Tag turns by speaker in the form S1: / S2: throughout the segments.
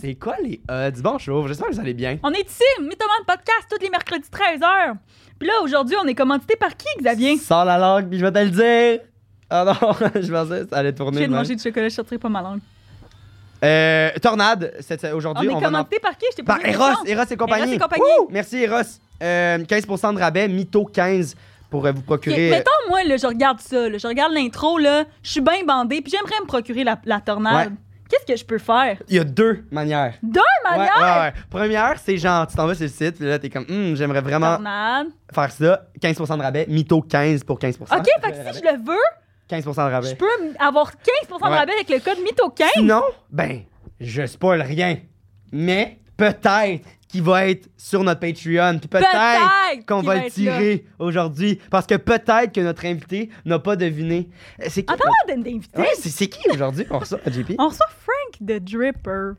S1: C'est quoi les odds? Bonjour, j'espère que vous allez bien.
S2: On est ici, Mythoman Podcast, tous les mercredis 13h. Puis là, aujourd'hui, on est commandité par qui, Xavier?
S1: Sors la langue, puis je vais te le dire. Ah non, je pensais ça allait
S2: Je
S1: tourner.
S2: viens
S1: de
S2: de
S1: même.
S2: manger du chocolat, je sortirai pas ma langue.
S1: Euh, tornade, c'est- c'est-
S2: On
S1: aujourd'hui,
S2: est
S1: on, va en...
S2: commandité par qui? Je t'ai
S1: Par
S2: posé la
S1: Eros,
S2: question.
S1: Eros et compagnie.
S2: Eros et compagnie.
S1: Wouh! merci Eros. Euh, 15% de rabais, Mytho 15 pour euh, vous
S2: Ok,
S1: procurer.
S2: Mettons, moi, là, je regarde ça, là, je regarde l'intro, là, je suis bien bandée, puis j'aimerais me procurer la, la tornade.
S1: Ouais.
S2: Qu'est-ce que je peux faire?
S1: euh, Il y a deux manières.
S2: Deux
S1: Ouais,
S2: manières!
S1: ouais, ouais. Première, c'est genre, tu t'en vas sur le site, puis là, t'es comme, Hum, j'aimerais vraiment
S2: Tornade.
S1: faire ça. 15% de rabais, Mytho 15 pour 15%.
S2: Ok, fait que si je le veux,
S1: 15% de rabais.
S2: je peux m- avoir 15% de
S1: Ouais.
S2: rabais avec le code MYTHO15.
S1: Sinon, ben, je spoil rien. Mais peut-être qu'il va être sur notre Patreon. Puis peut-être
S2: Peut-être
S1: qu'on
S2: qu'il
S1: va
S2: va
S1: le
S2: être là.
S1: tirer aujourd'hui. Parce que peut-être que notre invité n'a pas deviné. Euh, C'est qui? Euh,
S2: Ah, pas d'invité.
S1: Ouais, c'est, c'est qui aujourd'hui pour ça, JP?
S2: On reçoit Frank the Dripper,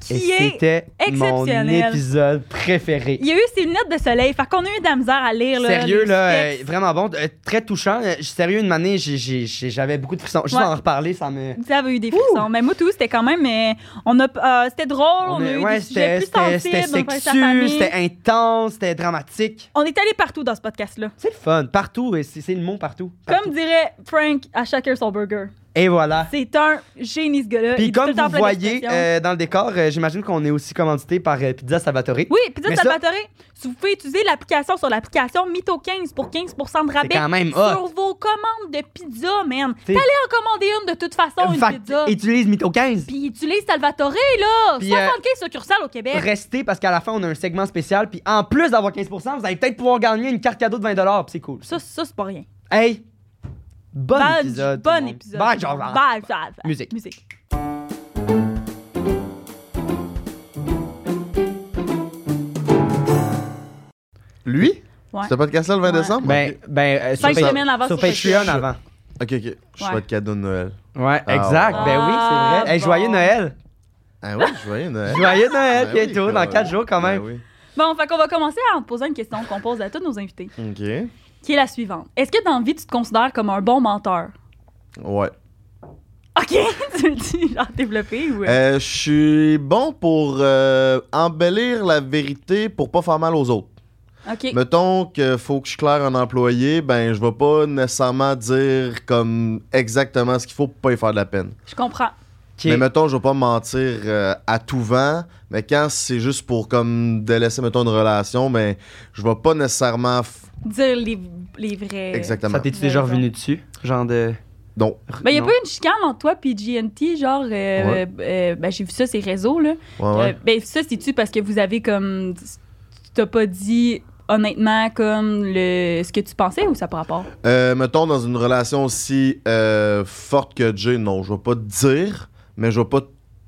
S2: qui
S1: Et
S2: est...
S1: c'était mon
S2: exceptionnel.
S1: épisode préféré.
S2: Il a eu ses lunettes de soleil, fait qu'on a eu de la misère à lire. Là,
S1: Sérieux,
S2: les
S1: là, euh,
S2: textes.
S1: vraiment bon, euh, très touchant. Euh, sérieux, une année, j'ai- j'ai- j'ai- j'avais beaucoup de frissons. Juste
S2: Ouais.
S1: en reparler, ça me.
S2: Vous avez eu des frissons. Mais moi, tout, c'était quand même. euh, on a, euh, c'était drôle, on, a
S1: est-
S2: eu
S1: ouais,
S2: des sujets plus
S1: c'était,
S2: sensibles.
S1: c'était
S2: on a parlé de sa
S1: sexu,
S2: famille.
S1: c'était intense, c'était dramatique.
S2: On est allé partout dans ce podcast-là.
S1: C'est le fun, partout, et c'est c'est le mot partout. partout.
S2: Comme dirait Frank, à chacun son burger.
S1: Et voilà.
S2: C'est un génie, ce gars-là. Il
S1: Puis
S2: est tout
S1: comme
S2: le temps
S1: vous
S2: plein
S1: voyez
S2: d'expressions.
S1: euh, dans le décor, euh, j'imagine qu'on est aussi commandité par euh, Pizza Salvatore.
S2: Oui, puis ça,
S1: mais ça-
S2: Salvatore, si vous pouvez utiliser l'application sur l'application Mytho15 pour 15 de
S1: C'est
S2: rabais
S1: quand même
S2: sur
S1: hot.
S2: vos commandes de pizza, man.
S1: C'est-
S2: T'allais en commander une de toute façon, une
S1: Fact,
S2: pizza.
S1: utilise Mytho 15.
S2: Puis utilise Salvatore, là.
S1: Puis, euh,
S2: 75 succursales au Québec.
S1: Restez parce qu'à la fin, on a un segment spécial. Puis en plus d'avoir 15 vous allez peut-être pouvoir gagner une carte cadeau de 20 puis c'est cool.
S2: Ça, ça c'est pas rien.
S1: Hey, bon
S2: Bad-
S1: épisode. tout le
S2: Bon
S1: monde.
S2: épisode.
S1: Bye, genre.
S2: Bye, bye, bye.
S1: Musique.
S2: Musique.
S3: Lui?
S2: Ouais.
S3: Ce podcast-là le 20
S2: Ouais.
S3: décembre?
S1: Ben, ben, euh,
S2: Cinq
S1: sur-
S2: semaines avant
S1: sur
S2: sur
S1: Patreon
S2: Patreon.
S1: avant.
S3: OK, OK. Je suis
S2: Ouais.
S3: votre cadeau de Noël.
S1: Ouais,
S3: Ah,
S1: exact.
S3: ouais.
S1: Ben oui, c'est
S2: Ah,
S1: vrai. Hey,
S2: bon.
S1: joyeux Noël.
S3: Ah oui, joyeux Noël.
S1: Joyeux Noël
S3: Ben oui,
S1: bientôt,
S3: quand
S1: dans
S3: même.
S1: 4 jours quand même.
S3: Ben oui.
S2: Bon, fait qu'on va commencer en te posant une question qu'on pose à tous nos invités,
S3: OK.
S2: qui est la suivante. Est-ce que dans la vie, tu te considères comme un bon menteur?
S3: Ouais.
S2: OK! tu le dis, genre, développé ou...
S3: Euh, je suis bon pour euh, embellir la vérité pour pas faire mal aux autres.
S2: euh, OK.
S3: Mettons que faut que je claire un employé, ben je vais pas nécessairement dire comme exactement ce qu'il faut pour pas y faire de la peine.
S2: Je comprends.
S1: Ok.
S3: Mais mettons, je vais pas mentir euh, à tout vent, mais quand c'est juste pour comme délaisser mettons une relation, ben je vais pas nécessairement f-
S2: Dire les, les vrais...
S3: exactement.
S1: Ça t'es-tu déjà
S2: Raison.
S1: revenu dessus? Genre de.
S3: Donc
S2: Ben, y a
S1: Non.
S2: pas eu une chicane entre toi puis GNT, genre... euh,
S3: Ouais.
S2: euh, ben, j'ai vu ça, ces réseaux, là.
S3: ouais, ouais.
S2: Euh, ben, ça, c'est-tu parce que vous avez comme... Tu t'as pas dit honnêtement comme le ce que tu pensais ou ça par rapport?
S3: Euh, mettons, dans une relation aussi euh, forte que Jay, non, je vais pas te dire, mais je vais pas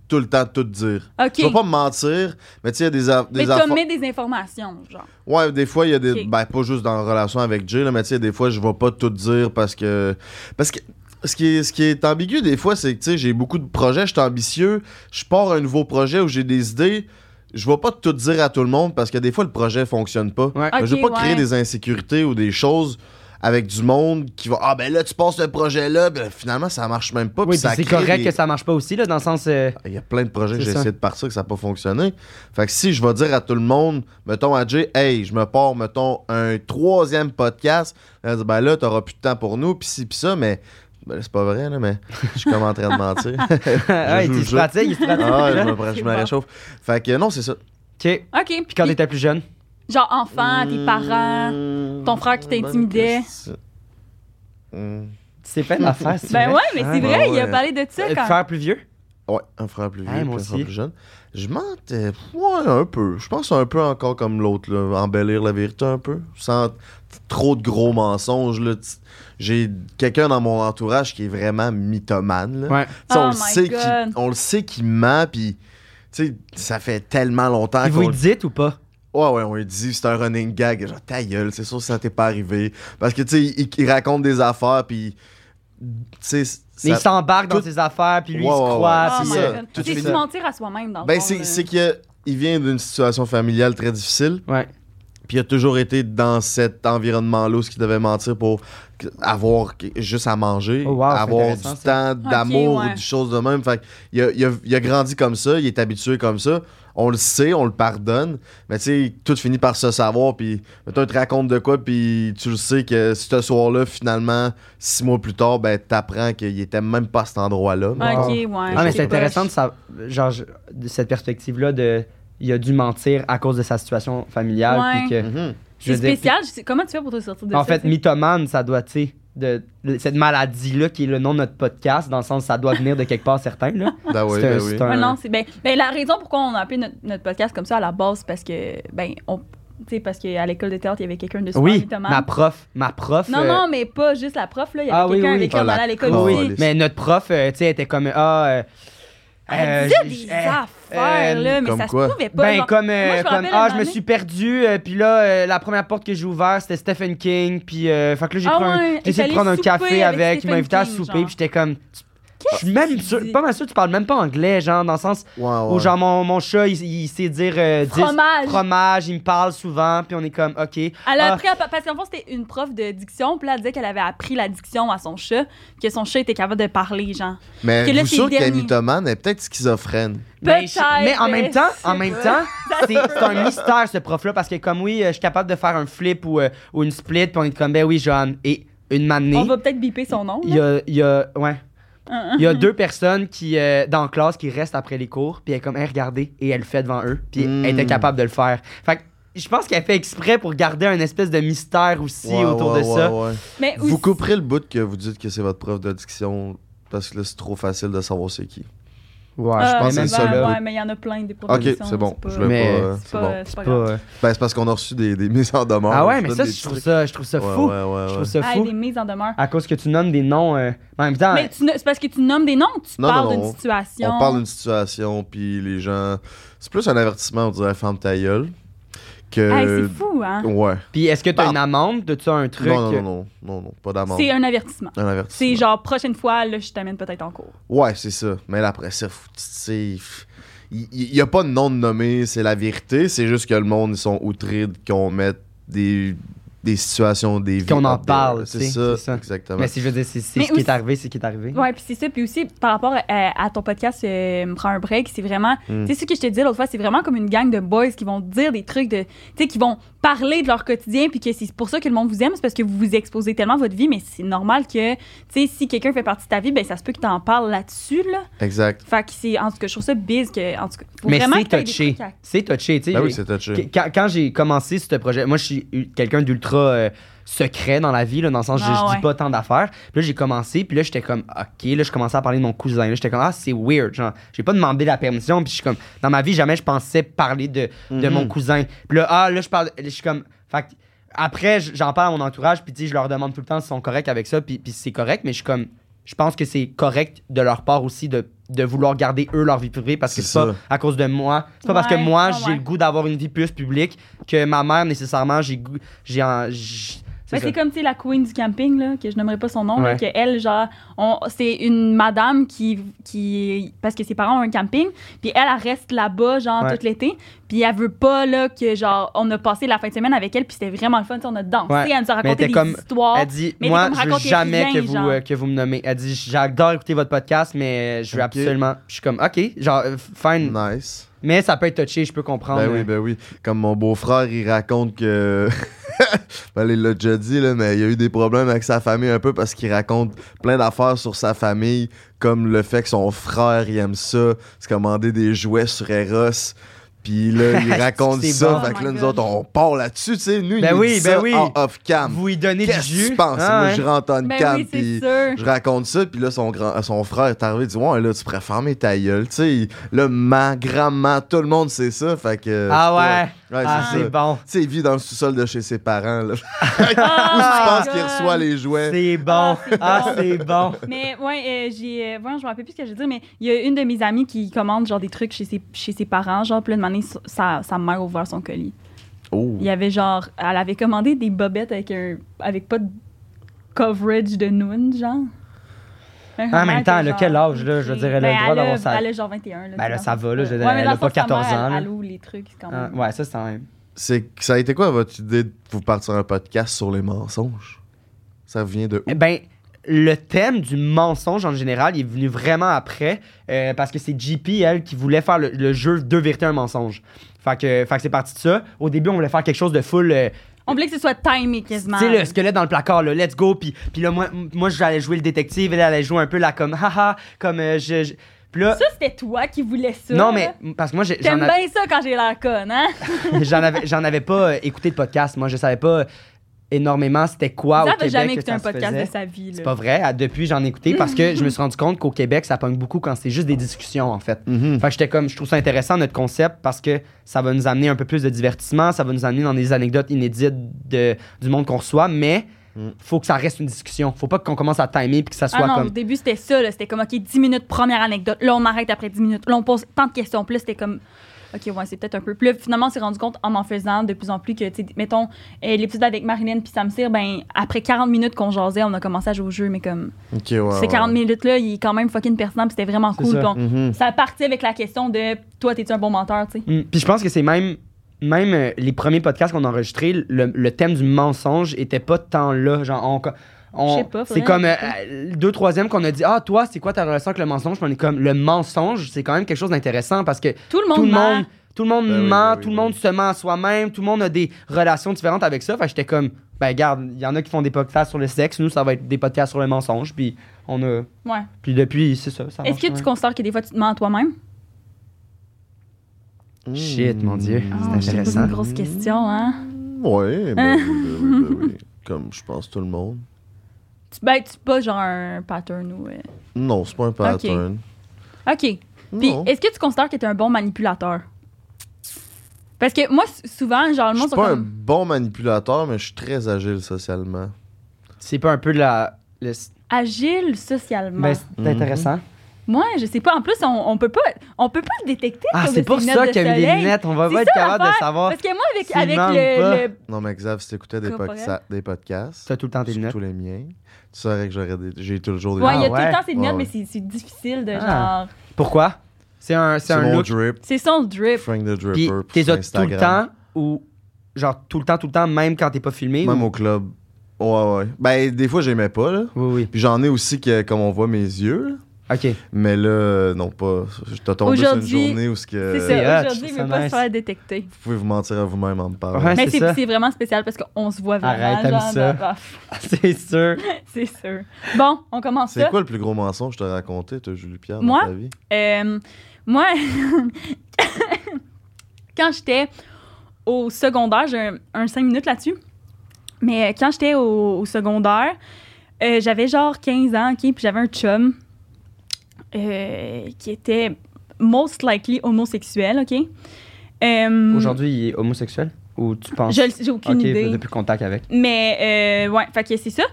S3: tout le temps tout dire.
S2: OK.
S3: Je vais pas me mentir, mais tu sais, il y a des, a-
S2: Mais
S3: des
S2: tu
S3: affaires-
S2: mets des informations, genre.
S3: Ouais, des fois, il y a des.
S2: Ok.
S3: Ben, pas juste dans la relation avec Jay, là, mais tu sais, des fois, je vais pas tout dire parce que. Parce que. Ce qui, est, ce qui est ambigu des fois, c'est que tu sais, j'ai beaucoup de projets, je suis ambitieux, je pars à un nouveau projet où j'ai des idées, je vais pas tout dire à tout le monde parce que des fois le projet fonctionne pas.
S1: Ouais.
S2: Ok,
S3: je veux pas
S2: ouais.
S3: créer des insécurités ou des choses avec du monde qui va ah ben là tu passes le projet là, ben finalement ça marche même pas.
S1: Oui,
S3: puis ça
S1: puis c'est
S3: crée
S1: correct
S3: des-
S1: que ça marche pas aussi, là, dans le sens. euh,
S3: il y a plein de projets que
S1: C'est
S3: j'ai
S1: ça.
S3: essayé de partir que ça n'a pas fonctionné. Fait que si je vais dire à tout le monde, mettons à Jay, hey, je me pars, mettons, un troisième podcast, elle va dire, ben là, t'auras plus de temps pour nous, pis ci, pis ça, mais ben là, c'est pas vrai, là, mais je suis comme en train de mentir.
S1: ah, ouais,
S3: joue
S1: il
S3: le
S1: se
S3: jeu.
S1: pratique, il se pratique.
S3: ah, je
S1: là.
S3: me, prends- je me
S2: C'est bon.
S3: réchauffe. Fait que non, c'est ça.
S1: Ok.
S2: OK.
S1: Puis quand t'étais Mmh, plus jeune,
S2: Genre enfant, tes parents. ton frère
S3: Hmm,
S2: qui t'intimidait.
S1: tu t'es fait de la face. c'est
S2: Ben
S1: vrai?
S2: ouais, mais c'est
S1: Ouais.
S2: vrai, il a
S3: ouais.
S2: parlé de ça
S1: Euh,
S2: quand.
S1: Faire plus vieux?
S3: Ouais, un frère plus vieux,
S1: Ouais, Ah, moi
S3: puis un
S1: aussi.
S3: frère plus jeune. Je mentais, ouais, un peu. Je pense un peu encore comme l'autre, là, embellir la vérité un peu, sans t- trop de gros mensonges. là. T- J'ai quelqu'un dans mon entourage qui est vraiment mythomane. là.
S1: Ouais.
S3: Tu
S2: Oh
S3: sais, on, le
S2: my
S3: sait
S2: God.
S3: qu'il- on le sait qu'il ment, puis tu sais, ça fait tellement longtemps
S1: Puis vous
S3: qu'on
S1: le dites ou pas?
S3: Ouais, ouais, on lui dit, c'est un running gag. Genre, ta gueule, c'est sûr que ça t'est pas arrivé. Parce que, tu sais, il, il raconte des affaires, puis. Tu sais,
S1: Mais il
S3: ça-
S1: s'embarque dans
S3: tout-
S1: ses affaires, puis lui,
S3: Ouais,
S1: il se
S3: ouais, ouais.
S1: croit.
S2: Oh
S1: puis
S2: my
S3: c'est
S1: euh,
S3: ça.
S2: God.
S3: Tout de
S2: C'est
S3: suite.
S2: se mentir à soi-même dans le
S3: Ben,
S2: fond,
S3: c'est
S2: là.
S3: c'est que il vient d'une situation familiale très difficile,
S1: Ouais.
S3: Puis il a toujours été dans cet environnement-là où ce qu'il devait mentir pour avoir juste à manger,
S1: Oh, wow, c'est
S3: avoir du
S1: intéressant,
S3: temps d'amour
S2: ouais.
S3: ou des choses de même. Fait que il a, il a- il a grandi comme ça, il est habitué comme ça. On le sait, on le pardonne, mais tu sais, tout finit par se savoir. Puis, mettons, il te raconte de quoi, puis tu le sais que ce soir-là, finalement, six mois plus tard, ben, t'apprends qu'il était même pas à cet endroit-là.
S1: Ouais.
S2: Ok, Ben, ouais.
S1: Ah, mais
S2: je
S1: c'est
S2: sais pas.
S1: intéressant de, sa- genre, je- de cette perspective-là de. Il a dû mentir à cause de sa situation familiale.
S2: Ouais.
S1: puis que,
S3: Mhm.
S1: je
S2: C'est
S1: veux dire,
S2: spécial. je sais- Comment tu fais pour te sortir de
S1: En
S2: ça?
S1: fait,
S2: tu sais?
S1: mythomane, ça doit, tu sais, de, de- cette maladie-là qui est le nom de notre podcast, dans le sens ça doit venir de quelque part certain, là.
S3: Ben oui,
S1: C'est un-
S3: ben oui.
S1: c'est un-
S2: Ouais, non, c'est ben, ben, la raison pourquoi on a appelé notre, notre podcast comme ça à la base, parce que ben on, tu sais, parce qu'à l'école de théâtre il y avait quelqu'un de super
S1: Oui,
S2: mythomane.
S1: ma prof, ma prof.
S2: Non,
S1: euh,
S2: non, mais pas juste la prof là. Il y avait
S1: Ah oui,
S2: quelqu'un
S1: oui.
S2: avec qui
S3: Ah,
S2: on
S3: la
S2: allait à l'école
S3: con,
S1: oui,
S2: aussi.
S3: les-
S1: mais notre prof, euh, tu sais, était comme, ah... euh, euh,
S2: Elle disait
S1: j- j-
S2: des
S1: euh,
S2: affaires
S1: euh,
S2: là, mais
S3: comme
S2: ça se
S3: quoi?
S2: pouvait pas.
S1: Ben,
S2: genre-
S1: comme,
S2: me
S1: euh, comme
S2: rappelle un
S1: ah,
S2: moment
S1: je me
S2: donné-
S1: suis perdu, euh, puis là, euh, la première porte que j'ai ouverte, c'était Stephen King, puis, euh, fait que là, j'ai
S2: Ah
S1: pris un-
S2: ouais,
S1: j'ai essayé
S2: t'es
S1: de prendre un
S2: allé
S1: café
S2: souper avec
S1: avec, il m'a
S2: Stephen
S1: invité à
S2: King,
S1: souper,
S2: genre.
S1: puis j'étais comme... tu- Je suis même
S2: tu
S1: sûr,
S2: dis?
S1: pas mal sûr, que tu parles même pas anglais, genre, dans le sens
S3: Ouais, ouais.
S1: où, genre, mon, mon chat, il, il sait dire euh, 10
S2: Fromage.
S1: fromage, il me parle souvent, puis on est comme, OK.
S2: Elle
S1: Ah.
S2: a appris à- parce qu'en fond c'était une prof de diction, puis là elle disait qu'elle avait appris la diction à son chat, que son chat était capable de parler genre.
S3: Mais
S2: Que là,
S3: vous
S2: c'est
S3: sûr
S2: le
S3: qu'elle est
S2: dernier.
S3: mythomane, elle est peut-être schizophrène.
S1: Mais, je-
S2: Peut-être,
S1: mais en
S2: mais
S1: même temps,
S2: je sais
S1: en même
S2: pas.
S1: temps, c'est c'est un mystère ce prof-là parce que comme oui, euh, je suis capable de faire un flip ou, euh, ou une split, puis on est comme ben oui, John et une
S2: On
S1: manée.
S2: va peut-être biper son nom.
S1: Il
S2: là.
S1: y a, il y a, ouais,
S2: Hein, hein.
S1: il y a deux personnes qui euh, dans la classe qui restent après les cours, puis elle est comme hey, regardez et elle le fait devant eux, puis
S3: Mm.
S1: elle était capable de le faire. Fait que je pense qu'elle fait exprès pour garder un espèce de mystère aussi
S3: Ouais,
S1: autour
S3: ouais,
S1: de
S3: ouais,
S1: ça.
S3: ouais.
S2: Mais
S3: Vous
S2: aussi-
S3: couperez le bout que vous dites que c'est votre prof de diction parce que là, c'est trop facile de savoir c'est qui.
S1: Ouais,
S2: Ah,
S3: pense que
S1: mais
S3: c'est
S2: ben,
S1: même
S3: le seul,
S1: là,
S3: là.
S2: Ouais, mais il y en a plein des
S3: Ok,
S2: propositions.
S3: c'est bon.
S2: pas-
S3: Je l'ai
S1: Mais-
S3: pas, euh,
S2: C'est
S3: c'est
S2: pas,
S3: bon.
S2: c'est pas
S1: pas-
S2: grave.
S3: Ben, c'est parce qu'on a reçu des, des mises en demeure.
S1: Ah
S3: Je
S1: ouais, mais
S3: donne
S1: ça
S3: des
S1: je trouve
S3: trucs.
S1: ça, je trouve ça
S3: Ouais,
S1: fou.
S3: ouais, ouais,
S1: Je
S3: ouais.
S1: trouve ça
S2: Ah,
S1: fou.
S2: des mises en demeure.
S1: À cause que tu nommes des noms. euh, en même temps,
S2: Mais tu ne- c'est parce que tu nommes des noms, tu
S3: Ah, Non,
S2: parles
S3: non,
S2: d'une
S3: on-
S2: situation.
S3: On parle d'une situation, puis les gens. C'est plus un avertissement, on dirait ferme ta gueule.
S2: Hey,
S3: Que.
S2: c'est fou, hein?
S3: ouais.
S1: Puis est-ce que t'as
S3: Bah.
S1: une amende? T'as-tu un truc?
S3: Non, non, non, non, non, non, pas d'amende.
S2: C'est un avertissement.
S3: Un avertissement.
S2: C'est genre, prochaine fois, là, je t'amène peut-être en cours.
S3: Ouais, c'est ça. Mais là, après ça, faut- tu sais, f- il il y a pas de nom de nommé, c'est la vérité. C'est juste que le monde, ils sont outrés de qu'on mette des, des situations, des vies.
S1: Qu'on en
S3: out there.
S1: parle,
S3: c'est
S1: tu sais,
S3: ça,
S1: c'est ça.
S3: exactement.
S1: Mais si je veux dire, c'est c'est
S2: Mais
S1: ce qui est
S2: aussi-
S1: arrivé, c'est ce qui est arrivé.
S2: Ouais, puis c'est ça. Puis aussi, par rapport à, à ton podcast, euh, me prends un break, c'est vraiment.
S3: Mm.
S2: Tu sais, ce que je te disais l'autre fois, c'est vraiment comme une gang de boys qui vont dire des trucs de. Tu sais, qui vont parler de leur quotidien, puis que c'est pour ça que le monde vous aime, c'est parce que vous vous exposez tellement à votre vie, mais c'est normal que, tu sais, si quelqu'un fait partie de ta vie, ben ça se peut que t'en parles là-dessus, là.
S3: Exact.
S2: Fait que c'est. En tout cas, je trouve ça bise que. En tout cas, faut
S1: Mais
S2: vraiment que
S1: c'est
S2: t'aies des
S1: touché.
S2: trucs à-
S1: C'est touché, tu sais.
S3: Ben oui,
S1: j'ai-
S3: c'est touché.
S1: qu- quand quand j'ai commencé ce projet, moi, je suis u- quelqu'un d'ultra euh, secret dans la vie, là, dans le sens, je,
S2: Ah
S1: je dis
S2: ouais.
S1: pas tant d'affaires. Puis là, j'ai commencé, puis là, j'étais comme, OK, là, je commençais à parler de mon cousin. Là, j'étais comme, ah, c'est weird. Genre, j'ai pas demandé la permission, puis je suis comme, dans ma vie, jamais je pensais parler de, de
S3: Mhm.
S1: mon cousin. Puis là, ah, là, je parle, je suis comme, fait que après, j- j'en parle à mon entourage, puis tu sais, je leur demande tout le temps s'ils sont corrects avec ça, puis, puis c'est correct, mais je suis comme, je pense que c'est correct de leur part aussi de, de vouloir garder eux leur vie privée parce que
S3: C'est
S1: c'est pas
S3: ça.
S1: à cause de moi, c'est pas parce que
S2: Ouais,
S1: moi
S2: ouais,
S1: j'ai
S2: ouais.
S1: le goût d'avoir une vie plus publique que ma mère nécessairement j'ai goût, j'ai un, j- c'est
S2: Ben,
S1: ça.
S2: c'est comme tu sais, la queen du camping là, que je nommerai pas son nom,
S1: Ouais.
S2: là, que elle genre on- c'est une madame qui qui parce que ses parents ont un camping, puis elle, elle reste là-bas genre
S1: Ouais.
S2: tout l'été, puis elle veut pas là que genre on a passé la fin de semaine avec elle, puis c'était vraiment le fun, tu sais, on a dansé,
S1: Ouais.
S2: elle nous
S1: Mais
S2: a raconté
S1: t'es
S2: des
S1: comme-
S2: histoires.
S1: Elle dit
S2: Mais
S1: moi
S2: t'es comme
S1: je veux
S2: raconter
S1: jamais
S2: rien,
S1: que vous
S2: genre.
S1: euh, que vous me nommez. Elle dit j'adore écouter votre podcast mais je veux
S3: Ok.
S1: absolument je suis comme OK, genre euh, fine,
S3: Mm-hmm. Nice.
S1: mais ça peut être touché, je peux comprendre.
S3: Ben oui, ben oui. Comme mon beau-frère, il raconte que. ben, il l'a déjà dit, là, mais il y a eu des problèmes avec sa famille un peu parce qu'il raconte plein d'affaires sur sa famille, comme le fait que son frère, il aime ça, se commander des jouets sur Eros. Puis là, il raconte
S1: C'est
S3: ça.
S1: bon.
S3: Fait
S2: Oh
S3: que
S2: my
S3: là, nous
S2: God.
S3: autres, on part là-dessus, tu sais. Nous, il
S1: Ben
S3: nous
S1: oui,
S3: dit
S1: ben
S3: ça
S1: oui.
S3: en off-cam.
S1: Vous y donnez du
S3: Qu'est-ce que
S1: jus.
S3: tu penses?
S1: Ah,
S3: Moi,
S1: ouais.
S3: je rentre en
S2: Ben
S3: cam,
S2: oui, c'est
S3: puis
S2: sûr.
S3: je raconte ça, puis là, son, grand, son frère est arrivé, il dit Ouais, là, tu pourrais fermer ta gueule. Tu sais, il- là, ma grand-mère, tout le monde sait ça. Fait que.
S1: Ah ouais.
S3: Ouais,
S1: Ah,
S3: c'est
S1: c'est
S3: ça.
S1: bon.
S3: Tu sais, il vit dans le sous-sol de chez ses parents, là.
S2: Ah,
S3: Je pense qu'il
S2: God.
S3: reçoit les jouets.
S1: C'est bon.
S2: Ah, c'est
S1: Ah,
S2: bon.
S1: c'est bon.
S2: Mais ouais, euh, j'ai. euh, voyons, je me rappelle plus ce que je veux dire, mais il y a une de mes amies qui commande genre des trucs chez ses, chez ses parents, genre, puis là, une année, sa, sa mère a ouvert son colis.
S3: Oh.
S2: Il y avait genre, elle avait commandé des bobettes avec un, avec pas de coverage de noon, genre.
S1: Ah, En même temps, elle a quel âge, là? Je veux dire, elle a le droit d'avoir sa-
S2: Ben, Elle a genre 21. Là,
S1: Ben là,
S2: tu
S1: ça
S2: vois.
S1: va, là, je veux dire,
S2: Ouais, mais
S1: elle
S2: dans
S1: a
S2: le
S1: pas
S2: sens, sa
S1: 14
S2: mère,
S1: ans,
S2: Elle,
S1: là.
S2: elle ouvre les trucs, c'est quand
S1: Ah,
S2: même.
S1: ouais, ça c'est quand même.
S3: c'est que ça a été quoi votre idée de vous partir un podcast sur les mensonges? Ça vient de où?
S1: Eh Ben, le thème du mensonge en général il est venu vraiment après euh, parce que c'est JP, elle, qui voulait faire le, le jeu Deux vérités, un mensonge. Fait que, fait que c'est parti de ça. Au début, on voulait faire quelque chose de full. euh,
S2: On voulait que ce soit timé
S1: tu
S2: quasiment.
S1: sais, le squelette dans le placard, là, let's go. Puis, puis là, moi, moi j'allais jouer le détective, elle allait jouer un peu là, comme haha, comme euh, je. je- Puis là,
S2: Ça, c'était toi qui voulais ça.
S1: non,
S2: là.
S1: mais parce que moi, j'ai- j'en
S2: T'aimes
S1: av-
S2: bien ça quand j'ai l'air conne, hein?
S1: j'en avais, j'en avais pas euh, écouté de podcast. Moi, je savais pas euh, énormément c'était quoi.
S2: Ça
S1: au
S2: n'a
S1: Québec
S2: jamais
S1: ben, que
S2: écouté
S1: ça
S2: un
S1: se
S2: podcast
S1: faisait.
S2: de sa vie.
S1: C'est
S2: là.
S1: pas vrai. Ah, Depuis, j'en ai écouté parce que je me suis rendu compte qu'au Québec, ça pogne beaucoup quand c'est juste des discussions, en fait.
S3: Mhm.
S1: Fait que j'étais comme, je trouve ça intéressant notre concept parce que ça va nous amener un peu plus de divertissement, ça va nous amener dans des anecdotes inédites de, du monde qu'on reçoit, mais
S3: Mm.
S1: faut que ça reste une discussion. Faut pas qu'on commence à timer puis que ça soit
S2: Ah non, au
S1: comme.
S2: début, c'était ça. là. C'était comme, OK, 10 minutes, première anecdote. Là, on arrête après 10 minutes. Là, on pose tant de questions. Puis là, c'était comme, OK, ouais, c'est peut-être un peu. Puis là, finalement, on s'est rendu compte en en faisant de plus en plus que, tu sais, mettons, euh, l'épisode avec Marilyn puis Sam Cyr, ben, après 40 minutes qu'on jasait, on a commencé à jouer au jeu. Mais comme,
S3: Ok, ouais,
S2: ces
S3: ouais.
S2: 40 minutes-là, il est quand même fucking pertinent. Puis c'était vraiment
S1: C'est
S2: cool.
S1: ça.
S2: Puis on-
S3: Mhm.
S2: ça partit avec la question de, toi, t'es-tu un bon menteur, tu sais?
S1: Mm. Puis je pense que c'est même. Même euh, les premiers podcasts qu'on a enregistrés, le, le thème du mensonge était pas tant là. Genre, on. on-
S2: Je sais pas,
S1: c'est
S2: faudrait
S1: comme euh, euh, deux troisième qu'on a dit Ah, toi, c'est quoi ta relation avec le mensonge Puis on est comme le mensonge, c'est quand même quelque chose d'intéressant parce que
S2: Tout le monde,
S1: tout le
S2: ment.
S1: monde, tout le monde
S3: Ben oui,
S1: ment,
S3: ben oui,
S1: tout le
S3: ben
S1: monde se ment à soi-même, tout le monde a des relations différentes avec ça. Fait que j'étais comme, ben garde, il y en a qui font des podcasts sur le sexe, nous ça va être des podcasts sur le mensonge, puis on a,
S2: Ouais.
S1: puis depuis c'est ça. ça
S2: Est-ce
S1: marche
S2: que
S1: quand
S2: tu
S1: même.
S2: considères que des fois, tu te mens à toi-même?
S1: Shit, mon Dieu,
S3: Mhm.
S1: c'est
S2: Ah, je te pose
S1: intéressant.
S2: une grosse question, hein?
S3: Ouais, ben oui, ben oui, ben oui. Comme je pense tout le monde.
S2: Tu, ben, tu pas genre un pattern ou. euh,
S3: Non, c'est pas un pattern.
S2: OK. Puis,
S3: Non.
S2: est-ce que tu considères que tu es un bon manipulateur? Parce que moi, s- souvent, genre, le
S3: Je
S2: monde
S3: suis
S2: sont
S3: pas un
S2: comme.
S3: bon manipulateur, mais je suis très agile socialement.
S1: C'est pas un peu de la, le-
S2: Agile socialement.
S1: ben, c'est
S3: Mhm.
S1: intéressant.
S2: moi, je sais pas. En plus, on, on peut pas on peut pas le détecter.
S1: Ah,
S2: comme
S1: c'est
S2: des
S1: pour
S2: lunettes
S1: ça
S2: de
S1: qu'il y a eu les
S2: soleil.
S1: lunettes, on va
S2: C'est
S1: pas être
S2: ça,
S1: capable de
S2: l'affaire.
S1: savoir.
S2: Parce que moi, avec,
S1: S'il
S2: avec
S1: ment ou
S2: le,
S1: pas.
S2: le-
S3: Non, mais Xav, si t'écoutais des,
S2: Corporel.
S3: podca- des podcasts,
S1: T'as tout le temps tes lunettes.
S3: tous les miens, tu saurais que j'aurais des- j'ai toujours des
S2: Ouais, il y a
S1: Ah,
S2: tout
S1: ouais.
S2: le temps ces lunettes,
S3: Ouais,
S2: mais c'est c'est difficile de
S1: Ah.
S2: genre.
S1: Pourquoi C'est un, c'est
S3: C'est
S1: un
S3: mon
S1: look.
S3: drip,
S2: C'est son drip.
S3: Frank the Dripper,
S1: Puis
S3: sur
S1: t'es tout le
S3: Instagram.
S1: temps ou genre tout le temps, tout le temps, même quand t'es pas filmé.
S3: Même
S1: ou-
S3: au club. Ouais, ouais. Ben, des fois, j'aimais pas, là.
S1: Oui, oui.
S3: Puis j'en ai aussi que, comme on voit mes yeux, là.
S1: Ok.
S3: Mais là, euh, non, pas. T'as tombé sur une
S2: Aujourd'hui,
S3: journée où ce que
S2: C'est ça.
S1: hot,
S2: Aujourd'hui,
S1: Euh, je
S2: il
S1: trouve
S2: veut
S1: ça
S2: pas
S1: nice.
S2: se faire détecter.
S3: vous pouvez vous mentir à vous-même en me parlant.
S1: Ouais,
S2: Mais
S1: c'est
S2: c'est
S1: ça.
S2: c'est vraiment spécial parce qu'on se voit vraiment.
S1: Arrête, t'aimes
S2: genre,
S1: ça.
S2: dans- ah,
S1: c'est sûr.
S2: C'est sûr. Bon, on commence
S3: C'est
S2: ça.
S3: quoi le plus gros mensonge que je t'ai raconté, toi, Julie Pierre,
S2: Moi?
S3: dans ta vie?
S2: Euh, moi, quand j'étais au secondaire, j'ai un, un 5 minutes là-dessus, mais euh, quand j'étais au, au secondaire, euh, j'avais genre 15 ans, OK, puis j'avais un chum euh, qui était most likely homosexuel, OK? Euh,
S1: Aujourd'hui, il est homosexuel Ou tu penses
S2: je le- j'ai aucune
S1: Ok,
S2: idée.
S1: t'as plus contact avec.
S2: Mais euh, ouais, fait que c'est ça.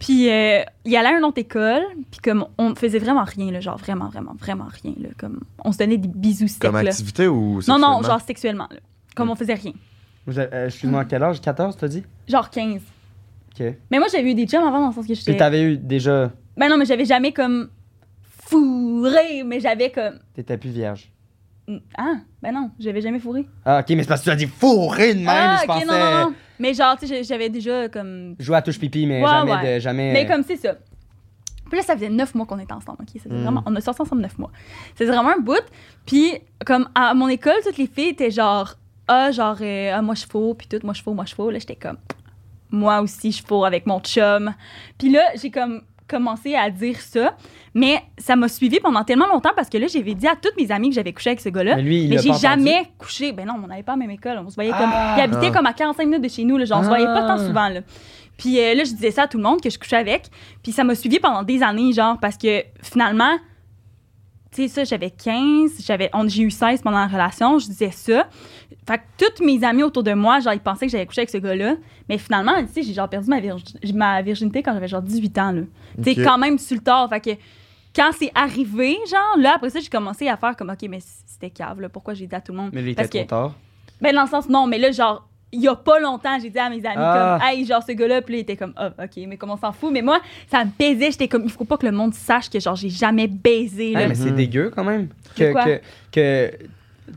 S2: Puis euh, il allait à une autre école, puis comme on faisait vraiment rien là, genre vraiment vraiment vraiment rien là, comme on se donnait des bisous secs
S3: Comme
S2: là.
S3: activité ou.
S2: Non non,
S3: sexuellement?
S2: genre sexuellement là.
S1: Hmm.
S2: Comme on faisait rien.
S1: Vous avez- euh, Excuse-moi, à
S2: Hmm.
S1: quel âge 14, t'as dit
S2: Genre 15.
S1: Ok.
S2: Mais moi j'avais eu des chums avant dans le sens que
S1: Puis
S2: j'étais
S1: t'avais eu déjà.
S2: Ben non, mais j'avais jamais comme fourré, mais j'avais comme
S1: T'étais plus vierge.
S2: ah, ben non, j'avais jamais fourré.
S1: Ah, ok, mais c'est parce que tu as dit fourré de même.
S2: ah,
S1: je
S2: ok,
S1: pensais.
S2: non, non, non. Mais genre, tu sais, j'avais déjà comme
S1: Jouer à touche pipi, mais
S2: Ouais,
S1: jamais.
S2: ouais.
S1: De, jamais
S2: Mais comme c'est ça. Puis là, ça faisait neuf mois qu'on était ensemble, OK? Ça faisait
S3: Mm.
S2: vraiment, on a sorti ensemble neuf mois. C'était vraiment un bout. Puis, comme à mon école, toutes les filles étaient genre, ah, genre, euh, ah, moi je faux, puis tout, moi je faux, moi je faux. Là, j'étais comme, moi aussi je faux avec mon chum. Puis là, j'ai comme commencé à dire ça, mais ça m'a suivi pendant tellement longtemps parce que là, j'avais dit à toutes mes amies que j'avais couché avec ce gars-là.
S1: Mais lui, il
S2: Mais
S1: l'a
S2: j'ai
S1: pas entendu.
S2: jamais couché. Ben non, on n'allait pas à la même école. On se voyait comme.
S1: Ah!
S2: Il habitait
S3: Ah.
S2: comme à 45 minutes de chez nous. Là, genre, on se voyait pas
S1: Ah!
S2: tant souvent. Là. Puis euh, là, je disais ça à tout le monde que je couchais avec. Puis ça m'a suivi pendant des années, genre, parce que finalement, tu sais, ça, j'avais 15, j'avais, on- j'ai eu 16 pendant la relation. Je disais ça. Fait que toutes mes amies autour de moi, genre, ils pensaient que j'avais couché avec ce gars-là. Mais finalement, tu sais, j'ai genre perdu ma, virgi- ma virginité quand j'avais genre 18 ans, là. Tu sais,
S3: Ok.
S2: quand même sur le tard. Fait que quand c'est arrivé, genre, là, après ça, j'ai commencé à faire comme, OK, mais c'était cave, là. Pourquoi j'ai dit à tout le monde?
S1: Mais lui, il était
S2: Parce
S1: trop
S2: que,
S1: tard.
S2: ben, dans le sens, non, mais là, genre, il y a pas longtemps, j'ai dit à mes amis,
S1: Ah.
S2: comme, hey, genre, ce gars-là, puis là, il était comme, ah, OK, mais comme on s'en fout. Mais moi, ça me baisait. J'étais comme, il faut pas que le monde sache que, genre, j'ai jamais baisé, là.
S1: Ouais, mais c'est
S3: Mhm.
S1: dégueu quand même.
S2: C'est
S1: Que,
S2: quoi?
S1: que, que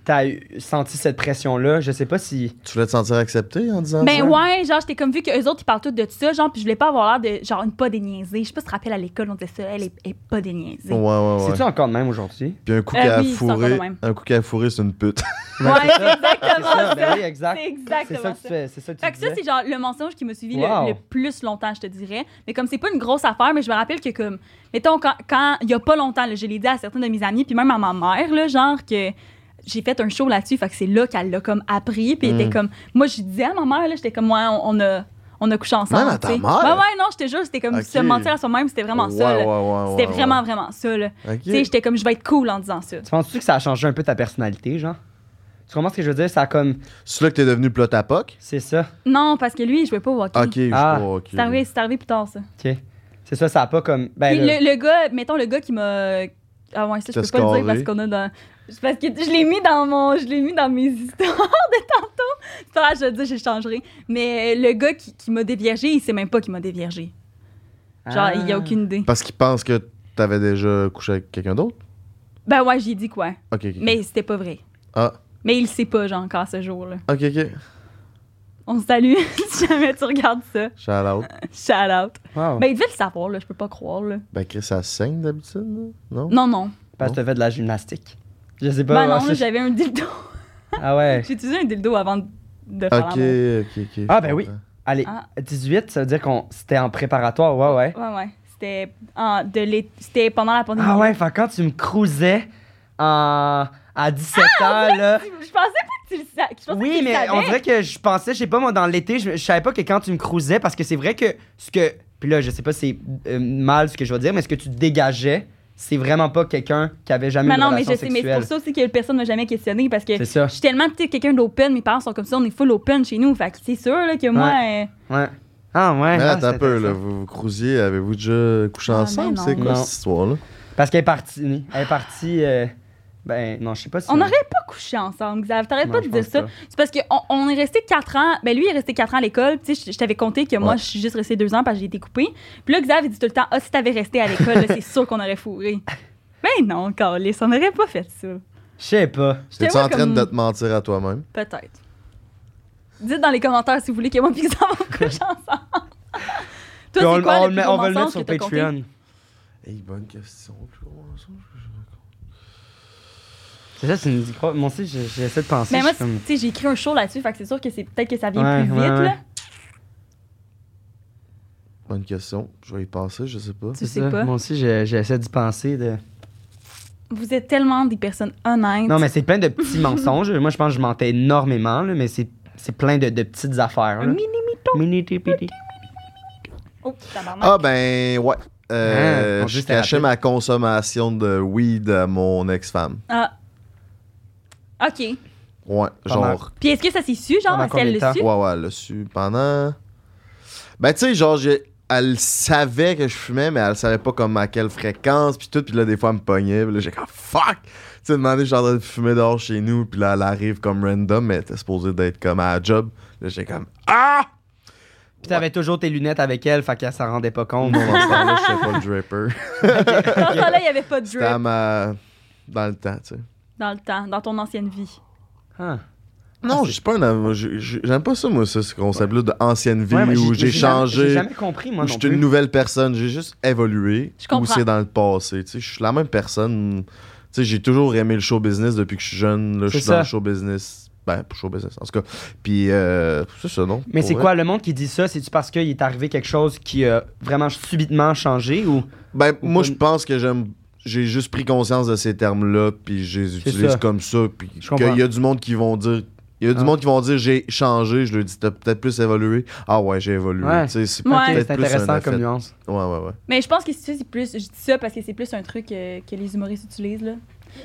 S1: t'as eu- senti cette pression-là, je sais pas si.
S3: Tu voulais te sentir accepté en disant
S2: Ben
S3: ça?
S2: ouais, genre, j'étais comme vu qu'eux autres, ils parlent tous de ça, genre, puis je voulais pas avoir l'air de, genre, une pas déniaisée. Je sais pas si tu te rappelles à l'école, on disait ça, elle est, elle est pas déniaisée.
S3: Ouais, ouais, ouais.
S1: C'est-tu encore de même aujourd'hui?
S3: Puis un coup
S2: Euh,
S3: qu'elle a
S2: oui, c'est encore
S3: fourré,
S2: le même.
S3: un coup qu'elle a fourré, c'est une pute.
S2: Ouais, c'est
S1: C'est ça,
S2: exactement
S1: ben
S2: ça.
S1: oui, exact.
S2: C'est
S1: C'est ça
S2: exactement
S1: que tu
S2: ça.
S1: fais. C'est ça que tu
S2: Fait que ça,
S1: disais.
S2: c'est genre le mensonge qui m'a suivi le-
S1: Wow.
S2: le, plus longtemps, je te dirais. Mais comme c'est pas une grosse affaire, mais je me rappelle que, comme, mettons, quand, quand il y a pas longtemps, là, je l'ai dit à certaines de mes amies, puis même à ma mère, là, genre que j'ai fait un show là-dessus, fait que c'est là qu'elle l'a comme appris, puis elle
S3: Mm.
S2: était comme. Moi, je disais à ma mère, là, j'étais comme, ouais, on, on a. On a couché ensemble.
S3: Même à ta
S2: tu sais.
S3: mère?
S2: Ouais, ouais, non, je te jure, c'était comme
S3: Ok.
S2: se mentir à soi-même, c'était vraiment
S3: ouais,
S2: ça. là.
S3: ouais, ouais, ouais,
S2: c'était
S3: ouais.
S2: vraiment, vraiment ça. là.
S3: Ok.
S2: Tu sais, j'étais comme, je vais être cool en disant ça.
S1: Tu penses-tu que ça a changé un peu ta personnalité, genre? Tu comprends ce que je veux dire? Ça a comme.
S3: C'est là que t'es devenu plot à poc?
S1: C'est ça.
S2: Non, parce que lui, il jouait pas au hockey.
S3: Ok, je
S1: Ah.
S3: vois, ok.
S2: C'est arrivé, c'est arrivé plus tard, ça.
S1: OK. C'est ça, ça a pas comme. Ben,
S2: Puis
S1: là,
S2: le, le gars, mettons le gars qui m'a. Ah ouais, ça, je peux
S3: T'as
S2: pas le
S3: scoré.
S2: dire parce qu'on a dans. Parce que je l'ai mis dans mon. Je l'ai mis dans mes histoires de tantôt. C'est pas grave, je vais le dire, je changerai. Mais le gars qui, qui m'a déviergé, il sait même pas qu'il m'a déviergé. Genre,
S1: ah.
S2: il y a aucune idée.
S3: Parce qu'il pense que t'avais déjà couché avec quelqu'un d'autre?
S2: Ben ouais, j'ai dit quoi.
S3: Ok, ok.
S2: Mais c'était pas vrai.
S3: Ah,
S2: Mais il le sait pas, genre, encore ce jour-là.
S3: ok, ok.
S2: On se salue si jamais tu regardes ça.
S3: Shout out.
S2: Shout out.
S1: Wow.
S2: Ben, il devait le savoir, là, je peux pas croire, là.
S3: Ben, Chris, ça saigne d'habitude, là? Non?
S2: Non, non.
S1: Parce que t'as fait de la gymnastique. Je sais pas.
S2: Ben non,
S1: moi,
S2: là,
S1: c'est-
S2: j'avais un dildo.
S1: Ah ouais.
S2: J'ai utilisé un dildo avant de- de faire
S3: Ok,
S2: l'amour.
S3: ok, ok.
S1: Ah,
S3: je
S1: ben oui.
S3: comprends.
S1: Allez,
S2: Ah.
S1: 18, ça veut dire qu'on c'était en préparatoire, ouais, ouais.
S2: Ouais, ouais. C'était en- de l'é- c'était pendant la pandémie.
S1: Ah ouais, enfin quand tu me cruisais en- à 17 ans, là.
S2: Je pensais pas Ah, que tu le sa- je pensais que
S1: Oui,
S2: tu le
S1: mais
S2: savais.
S1: on dirait que je pensais, je sais pas, moi, dans l'été, je, je savais pas que quand tu me cruisais, parce que c'est vrai que ce que. Puis là, je sais pas si c'est euh, mal ce que je vais dire, mais ce que tu dégageais, c'est vraiment pas quelqu'un qui avait jamais
S2: Mais
S1: eu de
S2: Bah non, mais
S1: relation
S2: je sais, mais c'est
S1: sexuelle.
S2: pour ça aussi que personne m'a jamais questionné parce que
S1: C'est ça.
S2: je suis tellement petit quelqu'un d'open, mes parents sont comme ça, on est full open chez nous. Fait que c'est sûr là, que moi. euh,
S1: Ouais. Ah ouais.
S3: Mais
S1: ah,
S3: attends
S1: c'est
S3: un peu, là.
S1: intéressant.
S3: Vous, vous cruisiez, avez-vous déjà couché
S2: Ah,
S3: ensemble?
S2: ben
S3: C'est
S2: non.
S3: quoi
S1: Non.
S3: cette histoire-là?
S1: Parce qu'elle est partie. Elle est partie. euh, ben non, je sais pas si.
S2: On n'aurait pas couché ensemble, Xav. T'arrêtes
S1: Non,
S2: pas de
S1: je
S2: dire
S1: pense
S2: ça.
S1: pas.
S2: C'est parce qu'on on est resté 4 ans. Ben lui, il est resté 4 ans à l'école. Tu sais, je- je t'avais compté que moi,
S3: Ouais.
S2: je suis juste resté 2 ans parce que j'ai été coupée. Puis là, Xav, il dit tout le temps Ah, si t'avais resté à l'école, là, c'est sûr qu'on aurait fourré. Ben non, Carlis, on n'aurait pas fait ça.
S1: Je sais pas.
S2: Je te
S3: T'es-tu
S2: vois
S3: en train
S2: comme-
S3: de te mentir à toi-même?
S2: Peut-être. Dites dans les commentaires si vous voulez que moi et Xav on couche ensemble.
S1: Puis
S2: Toi,
S1: on,
S2: c'est quoi
S1: on
S2: le
S1: le
S2: plus
S1: met-
S2: gros
S1: on va le mettre
S2: mensonge
S1: sur
S2: que t'as compté?
S1: Patreon.
S3: Hey, bonne question. Plus gros mensonge que je raconte.
S1: C'est ça, c'est une croix. Moi aussi, j'ai- j'essaie de penser.
S2: Mais
S1: je
S2: moi,
S1: suis comme-
S2: tu sais, j'ai écrit un show là-dessus, fait que c'est sûr que c'est peut-être que ça vient
S1: Ouais,
S2: plus
S1: ouais,
S2: vite,
S1: ouais.
S2: là.
S3: Bonne question. Je vais y passer, je sais pas.
S2: Tu
S1: c'est
S2: sais
S1: ça.
S2: pas.
S1: Moi aussi, j'ai- j'essaie d'y penser. De...
S2: Vous êtes tellement des personnes honnêtes.
S1: Non, mais c'est plein de petits mensonges. Moi, je pense que je mentais énormément, là, mais c'est c'est plein de, de petites affaires.
S2: Un
S1: Là.
S2: mini
S1: Mini, ti, piti.
S2: Oh, tabarnak.
S3: Ah, ben, ouais. Euh,
S1: Hein, on dit
S3: je
S1: c'était
S3: cachais
S1: rapide.
S3: ma consommation de weed à mon ex-femme.
S2: Ah. OK.
S3: Ouais,
S1: Pendant-
S3: genre.
S2: Puis est-ce que ça s'est su, genre,
S1: Pendant
S2: est-ce qu'elle
S1: combien de
S2: le su?
S3: Ouais, ouais, elle l'a su pendant. Ben, tu sais, genre, j'ai- elle savait que je fumais, mais elle savait pas comme à quelle fréquence, puis tout. Puis là, des fois, elle me pognait. Puis là, j'ai comme fuck! Tu sais, demandé, je suis en train de fumer dehors chez nous. Puis là, elle arrive comme random, mais elle était supposée d'être comme à la job. Là, j'ai comme ah!
S1: Puis t'avais toujours tes lunettes avec elle, fait qu'elle s'en rendait pas compte.
S3: Pendant ce temps-là, je sais pas le draper.
S2: Dans ce temps-là, il n'y avait pas de
S3: C'était à
S2: drip
S3: ma. Dans le temps, tu sais.
S2: dans le temps, dans ton ancienne vie.
S1: Ah.
S3: Non, je suis pas un. av- j'ai- j'ai- J'aime pas ça, moi, ça, ce concept-là d'ancienne vie
S1: Ouais, mais
S3: où j'ai
S1: mais jamais- J'ai
S3: changé.
S1: jamais compris, moi.
S3: Ou
S1: non
S3: je suis une
S1: plus.
S3: nouvelle personne, j'ai juste évolué.
S2: Je comprends.
S3: Ou c'est dans le passé. Tu sais, je suis la même personne. Tu sais, j'ai toujours aimé le show business depuis que je suis jeune. Là, je
S1: C'est
S3: suis dans
S1: ça.
S3: le show business. Ben, pour show business, en tout cas. Puis, euh, c'est ça, non?
S1: Mais
S3: Pour
S1: c'est
S3: vrai.
S1: quoi, le monde qui dit ça, c'est-tu parce qu'il est arrivé quelque chose qui a vraiment subitement changé ou.
S3: Ben,
S1: Ou
S3: moi,
S1: pas-
S3: je pense que j'aime. J'ai juste pris conscience de ces termes-là, puis je les utilise
S1: ça.
S3: comme ça. Puis,
S1: Je comprends.
S3: qu'il y a du monde qui vont dire. Il y a du
S1: Ah.
S3: monde qui vont dire j'ai changé, je leur dis t'as peut-être plus évolué. Ah ouais, j'ai évolué.
S1: Ouais.
S3: Tu sais, c'est
S2: Ouais.
S1: Ok,
S3: peut-être
S1: C'est
S3: plus un
S1: intéressant
S3: effet.
S1: comme nuance.
S3: Ouais, ouais, ouais.
S2: Mais je pense que c'est c'est plus. Je dis ça parce que c'est plus un truc euh, que les humoristes utilisent, là.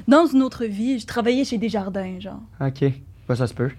S2: Dans une autre vie, je travaillais chez Desjardins, genre.
S1: Ok. Ben, ça se peut.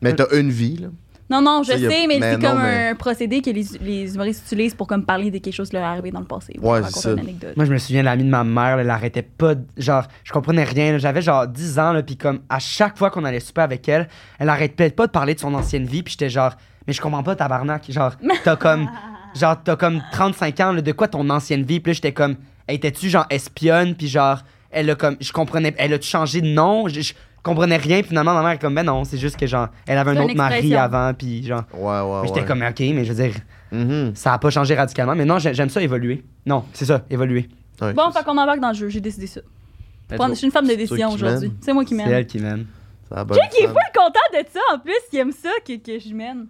S3: Mais t'as une vie, là.
S2: Non, non, je
S3: Ça, y a-
S2: sais, mais,
S3: mais
S2: c'est
S3: non,
S2: comme
S3: mais-
S2: un procédé que les, les humoristes utilisent pour comme parler de quelque chose qui leur est arrivé dans le passé. pour
S3: Ouais,
S2: raconter
S3: c'est ça.
S2: une anecdote.
S1: Moi, je me souviens, l'ami de ma mère, là, elle arrêtait pas. de- Genre, je comprenais rien. là. J'avais genre 10 ans, là, puis comme à chaque fois qu'on allait souper avec elle, elle arrêtait pas de parler de son ancienne vie, puis j'étais genre, mais je comprends pas, tabarnak. Genre, t'as comme, genre, t'as comme 35 ans, là, de quoi ton ancienne vie? Puis là, j'étais comme, hey, t'es-tu genre espionne, puis genre, elle a comme, je comprenais, elle a changé de nom? Je- je- comprenais rien. Puis finalement, ma mère est comme, mais non, c'est juste que genre, elle avait
S2: C'est
S1: un
S2: une
S1: autre mari
S2: expression.
S1: avant. Puis genre,
S3: Ouais, ouais, Ah ouais.
S1: j'étais comme, ok, mais je veux dire,
S3: Mhm.
S1: ça a pas changé radicalement. Mais non, j'ai- j'aime ça évoluer. Non, c'est ça, évoluer.
S3: Ouais,
S2: Bon,
S3: c'est
S2: fait qu'on embarque dans le jeu, j'ai décidé ça.
S1: Let's
S2: Prendre-
S1: go.
S2: Je suis une femme de
S3: C'est toi
S2: décision
S3: qui
S2: aujourd'hui.
S3: mènes.
S2: C'est moi qui
S1: C'est
S2: mène.
S1: elle qui mène.
S3: ça, la bonne
S2: Jake, il est
S3: femme.
S2: full content de ça en plus, il aime ça que, que je mène.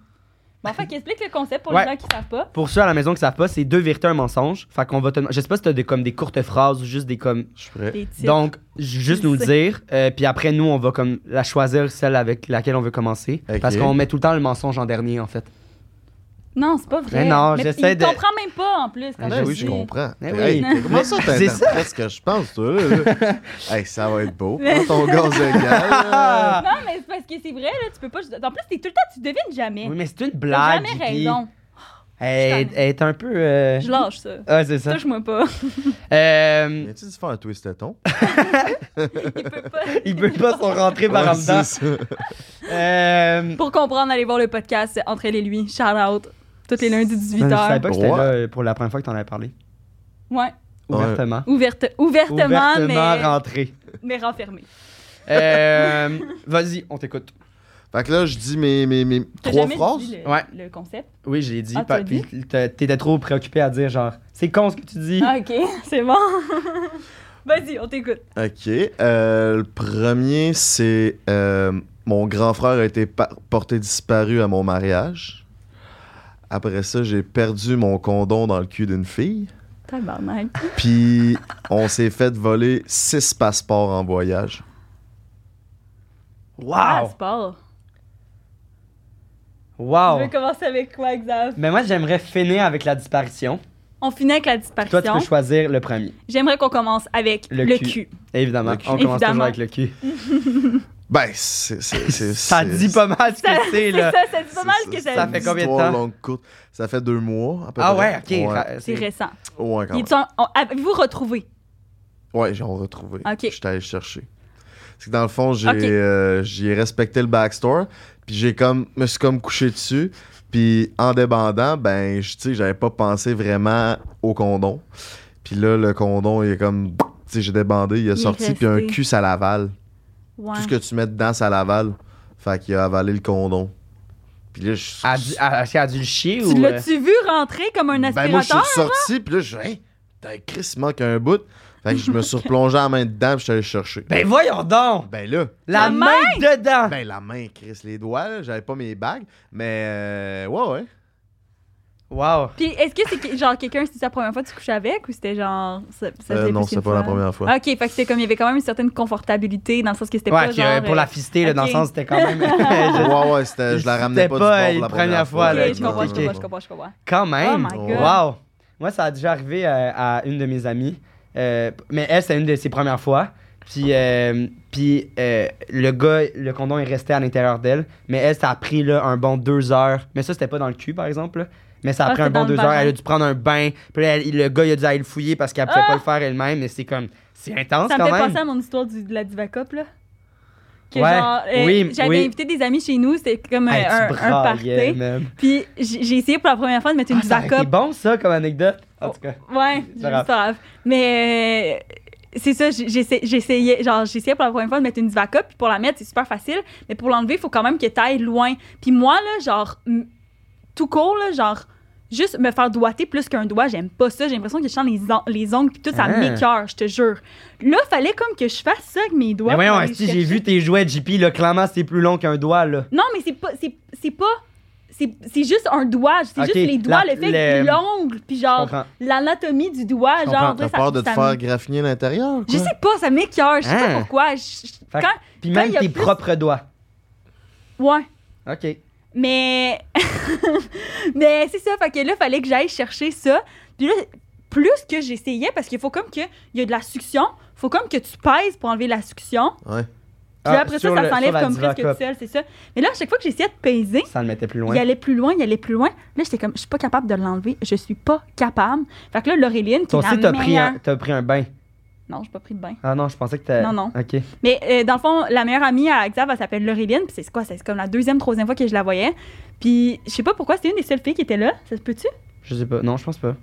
S2: Bon, fait qu'explique le concept pour
S1: Ouais.
S2: les gens qui savent pas.
S1: Pour ceux à la maison qui savent pas, c'est deux vérités, un mensonge. Fait qu'on va te. Je sais pas si t'as des, comme des courtes phrases ou juste des comme.
S3: Je suis prêt.
S2: Les titres.
S1: Donc, ju- juste
S2: Je
S1: nous le
S2: sais.
S1: dire. euh, puis après, nous, on va comme la choisir celle avec laquelle on veut commencer.
S3: Ok.
S1: Parce qu'on met tout le temps le mensonge en dernier, en fait.
S2: Non, c'est pas
S1: Mais
S2: vrai.
S1: non, j'essaie
S2: il
S1: de-
S2: comprend même pas en plus. quand
S1: Ben
S3: Ben
S2: Ah, je
S3: oui,
S2: dis.
S3: je comprends.
S1: Eh
S3: Hey,
S1: oui.
S3: comment ça
S1: C'est ça.
S3: t'interprètes ce que je pense, toi? là? hey, ça va être beau. Prends ton gaz
S1: Ah!
S3: égal.
S2: euh, Non, mais c'est parce que c'est vrai, là, tu peux pas. En plus, t'es tout le temps, tu devines jamais.
S1: Oui, mais c'est une
S2: T'as
S1: blague.
S2: jamais
S1: JP.
S2: raison.
S1: Elle,
S2: Je t'en
S1: elle est un peu. euh,
S2: Je lâche ça.
S1: Ah, c'est ça.
S2: Touche-moi pas. Mm.
S1: Euh,
S3: Viens-tu de faire un twist à ton?
S2: Il peut pas.
S1: il peut pas s'en rentrer par en dedans. Euh,
S2: Pour comprendre, allez voir le podcast euh, Entre elle et lui. Shout out. Tous les lundis
S1: Je savais
S2: 18h.
S1: pas que c'était
S3: Droit.
S1: là euh, pour la première fois que t'en avais parlé.
S2: Ouais.
S3: Ouais.
S1: Ouvertement.
S2: Ouverte, ouvertement, mais,
S1: rentré.
S2: mais renfermé.
S1: Euh, Vas-y, on t'écoute.
S3: Fait que là, je dis mes, mes, mes
S2: T'as
S3: trois
S2: jamais
S3: phrases.
S2: dit le,
S1: Ouais.
S2: le concept.
S1: Oui, je l'ai dit.
S2: Ah, tu
S1: pa-
S2: l'as
S1: puis t'a- T'étais trop préoccupé à dire genre, c'est con ce que tu dis.
S2: Ah, ok, c'est bon. Vas-y, on t'écoute.
S3: OK. euh, le premier, c'est euh, mon grand frère a été pa- porté disparu à mon mariage. Après ça, j'ai perdu mon condom dans le cul d'une fille.
S2: Tabarnak.
S3: Puis on s'est fait voler six passeports en voyage.
S2: Ah,
S1: Wow!
S2: sport. Tu
S1: Wow!
S2: veux commencer avec quoi, Xav?
S1: Mais moi, j'aimerais finir avec la disparition.
S2: On finit avec la
S1: Toi, tu
S2: disparition.
S1: peux choisir le premier.
S2: J'aimerais qu'on commence avec
S1: Le
S2: le,
S1: cul.
S2: cul.
S1: Évidemment,
S3: Le cul.
S1: on commence toujours
S2: Évidemment.
S1: avec le cul.
S3: Ben, c'est. c'est- c'est-
S1: Ça
S3: c'est-
S1: dit pas mal ce
S2: Ça-
S1: que c'est,
S2: C'est
S1: là.
S2: ça, ça dit pas mal ce que ça,
S1: ça
S2: dit.
S1: fait combien de
S3: Histoire
S1: temps?
S3: longue, courte. Ça fait deux mois, à peu
S1: Ah ouais,
S3: près.
S1: ok.
S3: Ouais,
S1: ra-
S2: C'est récent.
S3: Ah Ouais, quand
S2: Il
S3: même.
S2: est en- on- Avez-vous retrouvé?
S3: Ouais, j'en ai retrouvé.
S2: Ok.
S3: Je allé le chercher. C'est que dans le fond, j'ai
S2: Ok.
S3: euh, j'ai respecté le backstore, puis j'ai comme me suis comme couché dessus, puis en débandant, ben je- tu sais, j'avais pas pensé vraiment au condom. Puis là le condom, il est comme tu sais, j'ai débandé, il est
S2: est
S3: sorti puis un
S2: resté.
S3: cul ça l'avale.
S2: Ouais.
S3: Tout ce que tu mets dedans ça l'avale. Fait qu'il a avalé le condom. Puis là je
S1: Elle a dû- elle- Est-ce qu'elle a dû le ah, chier
S2: Tu
S1: ou. euh,
S2: l'as-tu vu rentrer comme un
S3: Ben moi, je suis
S2: aspirateur?
S3: ressorti, puis là, je hey, t'as Chris, il manque un bout. Fait que je me suis replongé la main dedans, puis je suis allé le chercher.
S1: Ben voyons donc!
S3: Ben là,
S1: La
S2: La
S1: main dedans!
S3: ben la main, Chris, les doigts, là, j'avais pas mes bagues, mais euh, ouais, ouais.
S1: Wow!
S2: Puis est-ce que c'est que- genre quelqu'un, c'était la première fois que tu couches avec ou c'était genre. Ça, ça
S3: Euh,
S2: faisait
S3: non,
S2: plus
S3: c'est
S2: qu'une
S3: pas la
S2: fois?
S3: première fois.
S2: Ah, ok, fait que c'était comme il y avait quand même une certaine confortabilité dans le sens que c'était
S1: Ouais,
S2: pas
S1: que,
S2: genre.
S1: euh, pour la
S2: euh,
S1: fister, là, dans le
S2: ok.
S1: sens, c'était quand même. je-
S3: ouais, ouais, c'était- je la ramenais
S1: C'était
S3: pas,
S1: pas
S3: du
S1: une
S3: bord la
S1: première fois,
S3: première fois.
S1: là,
S3: là,
S2: Ah, Ok, je comprends, je
S1: ok.
S2: comprends, je comprends, je comprends.
S1: Quand même!
S2: Oh
S3: my God.
S1: wow! Moi, ça a déjà arrivé euh, à une de mes amies. euh, mais elle, c'était une de ses premières fois. Puis, euh, puis euh, le gars, le condom est resté à l'intérieur d'elle. Mais elle, ça a pris là, un bon deux heures. Mais ça, c'était pas dans le cul, par exemple. là. Mais ça a
S2: Ah,
S1: pris un
S2: c'était
S1: bon
S2: dans le
S1: deux heures.
S2: vagin. Ah!
S1: Elle a dû prendre un bain. Puis là, elle- le gars, il a dû aller le fouiller parce qu'elle pouvait pas le faire elle-même. Mais c'est comme. C'est intense
S2: Ça me
S1: quand
S2: fait
S1: même.
S2: penser à mon histoire du- de la Divacop, là. Que
S1: Ouais,
S2: genre, euh,
S1: oui,
S2: j'avais
S1: oui.
S2: invité des amis chez nous, c'était comme euh,
S1: Hey, tu
S2: un, un
S1: braillais,
S2: party.
S1: man.
S2: Puis j'ai j'ai essayé pour la première fois de mettre une
S1: Ah, ça aurait été
S2: Divacop.
S1: bon, ça, comme anecdote.
S2: Oh,
S1: En tout cas.
S2: Ouais,
S1: C'est
S2: je
S1: pas grave.
S2: c'est pas grave. Mais euh, c'est ça, j'ai- j'essa- j'essayais, genre, j'essayais pour la première fois de mettre une Divacop, puis pour la mettre, c'est super facile, mais pour l'enlever, il faut quand même que t'ailles loin. Puis moi, là, genre, m- tout court, là, genre, juste me faire doigter plus qu'un doigt, j'aime pas ça, j'ai l'impression que je sens les, on- les ongles, puis tout, ça
S1: Ah.
S2: m'écœure, je te jure. Là, fallait comme que je fasse ça avec mes doigts.
S1: Mais
S2: pour
S1: voyons,
S2: aller
S1: si
S2: jusqu'à-
S1: j'ai vu tes jouets, JP, là, clairement, c'est plus long qu'un doigt, là.
S2: Non, mais c'est pas. C'est, c'est pas. C'est, c'est juste un doigt, c'est
S1: Ok,
S2: juste les doigts,
S1: la-
S2: le fait que
S1: le-
S2: l'ongle, puis
S1: Je
S2: genre
S1: comprends.
S2: l'anatomie du doigt,
S1: Je comprends,
S2: genre.
S3: T'as
S2: ça-
S3: peur de te
S2: ça
S3: faire
S2: me-
S3: graffiner l'intérieur?
S2: Je sais pas, ça m'écœure, je sais
S1: Hein?
S2: pas pourquoi. je- je-
S1: Fait
S2: quand-
S1: Puis même
S2: Ben, il y a
S1: tes
S2: plus-
S1: propres doigts.
S2: ouais,
S1: OK.
S2: mais. mais c'est ça, fait que là, fallait que j'aille chercher ça. Puis là, plus que j'essayais, parce qu'il faut comme que. Il y a de la succion, faut comme que tu pèses pour enlever la succion.
S3: Ouais.
S2: Puis
S1: Ah,
S2: là, après ça, ça s'enlève comme
S1: presque
S2: presque tout seul, c'est ça. Mais là, à chaque fois que j'essayais de peser,
S1: Ça le mettait plus
S2: Il
S1: loin.
S2: allait plus loin, il allait plus loin. Là, j'étais comme, je suis pas capable de l'enlever. Je suis pas capable. Fait que là, Laureline, qui
S1: Toi
S2: est la
S1: aussi, t'as pris,
S2: meilleure...
S1: un- t'as pris un bain.
S2: Non, j'ai pas pris de bain.
S1: Ah non, je pensais que t'as...
S2: Non, non.
S1: OK.
S2: Mais euh, dans le fond, la meilleure amie à Xav, elle s'appelle Laureline. Puis c'est quoi? C'est comme la deuxième, troisième fois que je la voyais. Puis je sais pas pourquoi, c'était une des seules filles qui était là. Ça se peut-tu?
S1: Je sais pas. Non, je pense pas.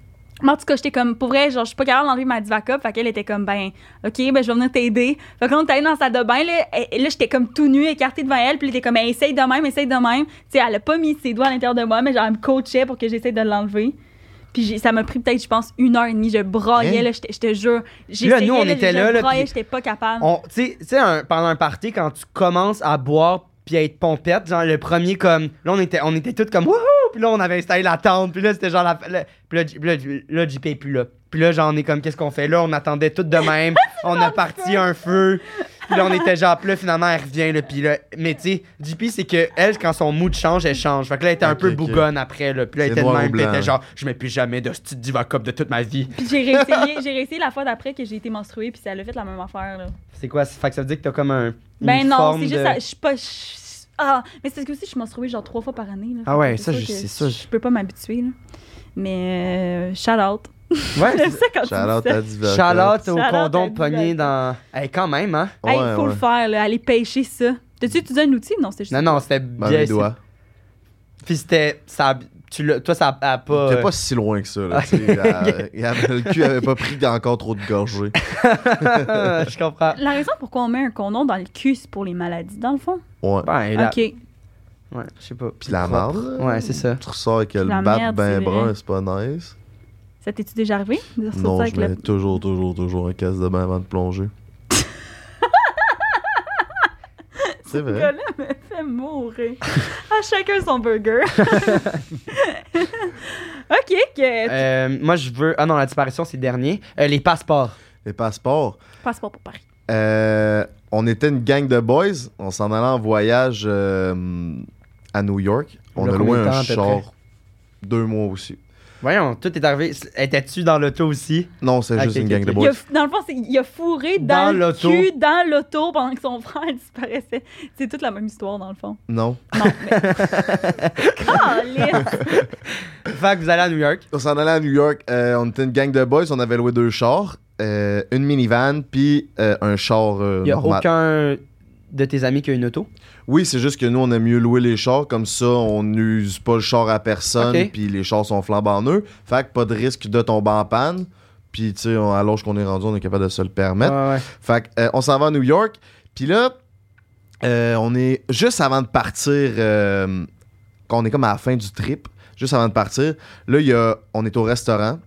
S2: Mais en tout cas, j'étais comme, pour vrai, genre, je suis pas capable d'enlever ma divacup. Fait qu'elle était comme, ben, OK, ben, je vais venir t'aider. Fait que là, on est allé dans la salle de bain, là. Et, et là, j'étais comme tout nu, écartée devant elle. Puis elle était comme, Hey, essaye de même, essaye de même. Tu sais, elle a pas mis ses doigts à l'intérieur de moi, mais genre, elle me coachait pour que j'essaye de l'enlever. Puis j'ai- ça m'a pris peut-être, je pense, une heure et demie. Je braillais,
S3: Hein?
S2: là, j'étais- je te jure.
S1: Là, nous, on
S2: J'essayais,
S1: était
S2: je
S1: là, là,
S2: braillais,
S1: puis-
S2: j'étais pas capable.
S1: On- Tu sais- tu sais, un- pendant un party, quand tu commences à boire puis à être pompette, genre le premier, comme. Là, on était, on était tous comme wouhou! Puis là, on avait installé la tente. Puis là, c'était genre la. la- puis là, J- puis là, J- là, JP est plus là. Puis là, genre, on est comme, qu'est-ce qu'on fait là? On attendait tout de même. on a parti un feu. Puis là, on était genre, puis là, finalement, elle revient. Là, puis là, mais tu sais, JP, c'est que elle, quand son mood change, elle change. Fait que là, elle était un
S3: Ok,
S1: peu
S3: ok.
S1: bougonne après. Là, puis là, elle
S3: C'est
S1: était de
S3: noir ou
S1: même. Puis elle
S3: blanc,
S1: était
S3: hein.
S1: genre, je mets plus jamais de ce petit divacup de toute ma vie.
S2: Puis j'ai réessayé, j'ai réessayé la fois d'après que j'ai été menstruée, puis ça a fait la même affaire, là.
S1: C'est quoi? ça Fait que ça veut dire que t'as comme un. une
S2: Ben non,
S1: forme
S2: c'est juste,
S1: de-
S2: ça- je suis pas. je- Ah, mais c'est parce que aussi, je suis menstruée genre trois fois par année. Là,
S1: Ah ouais,
S2: Fait
S1: ça,
S2: que
S1: je-
S2: sûr que
S1: c'est ça, je-
S2: Je peux pas m'habituer, là. Mais euh, shout out.
S1: Ouais,
S2: J'aime ça quand tu dis
S3: Shout-out
S2: ça.
S3: à Divacup.
S1: Charlotte au
S2: Charlotte à
S1: condom
S2: Dubaï.
S1: pogné dans. Hey, quand même, hein?
S2: Hey,
S3: Ouais,
S2: faut
S3: ouais.
S2: le faire, là, aller pêcher ça. T'as-tu utilisé un outil? Non, c'était juste.
S1: Non, non, c'était
S3: Ben,
S1: bien.
S3: mes doigts.
S1: Puis c'était. Ça, tu l'as- toi, ça a pas.
S3: T'es
S1: euh,
S3: pas si loin que ça. Là, tu sais, elle- elle avait- le cul avait pas pris encore trop de gorgées.
S1: euh, je comprends.
S2: La raison pourquoi on met un condom dans le cul, c'est pour les maladies, dans le fond.
S3: Ouais.
S1: Ben, et là.
S2: OK.
S1: Ouais, je sais pas.
S3: Puis la marde. là.
S1: Ouais, c'est ça.
S3: Tu ressors avec le
S2: La
S3: bat
S2: merde,
S3: ben
S2: c'est vrai.
S3: brun, c'est pas nice.
S2: Ça t'es-tu déjà arrivé? de ressortir
S3: Non,
S2: avec
S3: je mets toujours, toujours, toujours un casse de bain avant de plonger. c'est
S2: Le
S3: vrai.
S2: gars-là me fait mourir. à chacun son burger. OK, que...
S1: Euh, moi, je veux. Ah non, la disparition, c'est le dernier. Euh, les passeports.
S3: Les passeports.
S2: Passe pas pour Paris.
S3: Euh, on était une gang de boys. On s'en allait en voyage euh, à New York. On
S1: Là,
S3: a
S1: combien
S3: loué
S1: de temps,
S3: un
S1: à peu
S3: char.
S1: près?
S3: Deux mois aussi.
S1: Voyons, tout est arrivé. Étais-tu dans l'auto aussi?
S3: Non, c'est
S1: Ok,
S3: juste une
S1: Ah, ok,
S3: gang
S1: ok.
S3: de
S2: Il a,
S3: boys.
S2: dans le fond, c'est- il a fourré
S1: Dans
S2: dans, le
S1: l'auto.
S2: cul, dans l'auto, pendant que son frère disparaissait. C'est toute la même histoire, dans le fond.
S3: Non.
S2: Non, mais... Caliste!
S1: Fait que vous allez à New York.
S3: On s'en allait à New York. euh, on était une gang de boys. On avait loué deux chars, euh, une minivan, puis euh, un char euh,
S1: Il y a
S3: normal.
S1: aucun de tes amis qui a une auto.
S3: Oui, c'est juste que nous, on aime mieux louer les chars. Comme ça, on n'use pas le char à personne,
S1: Ok.
S3: puis les chars sont flambant neufs. Fait que pas de risque de tomber en panne. Puis, tu sais, on- à l'âge qu'on est rendu, on est capable de se le permettre.
S1: Ouais, ouais.
S3: Fait que, euh, on s'en va à New York. Puis là, euh, on est juste avant de partir, euh, quand on est comme à la fin du trip, juste avant de partir, là, il y a, on est au restaurant.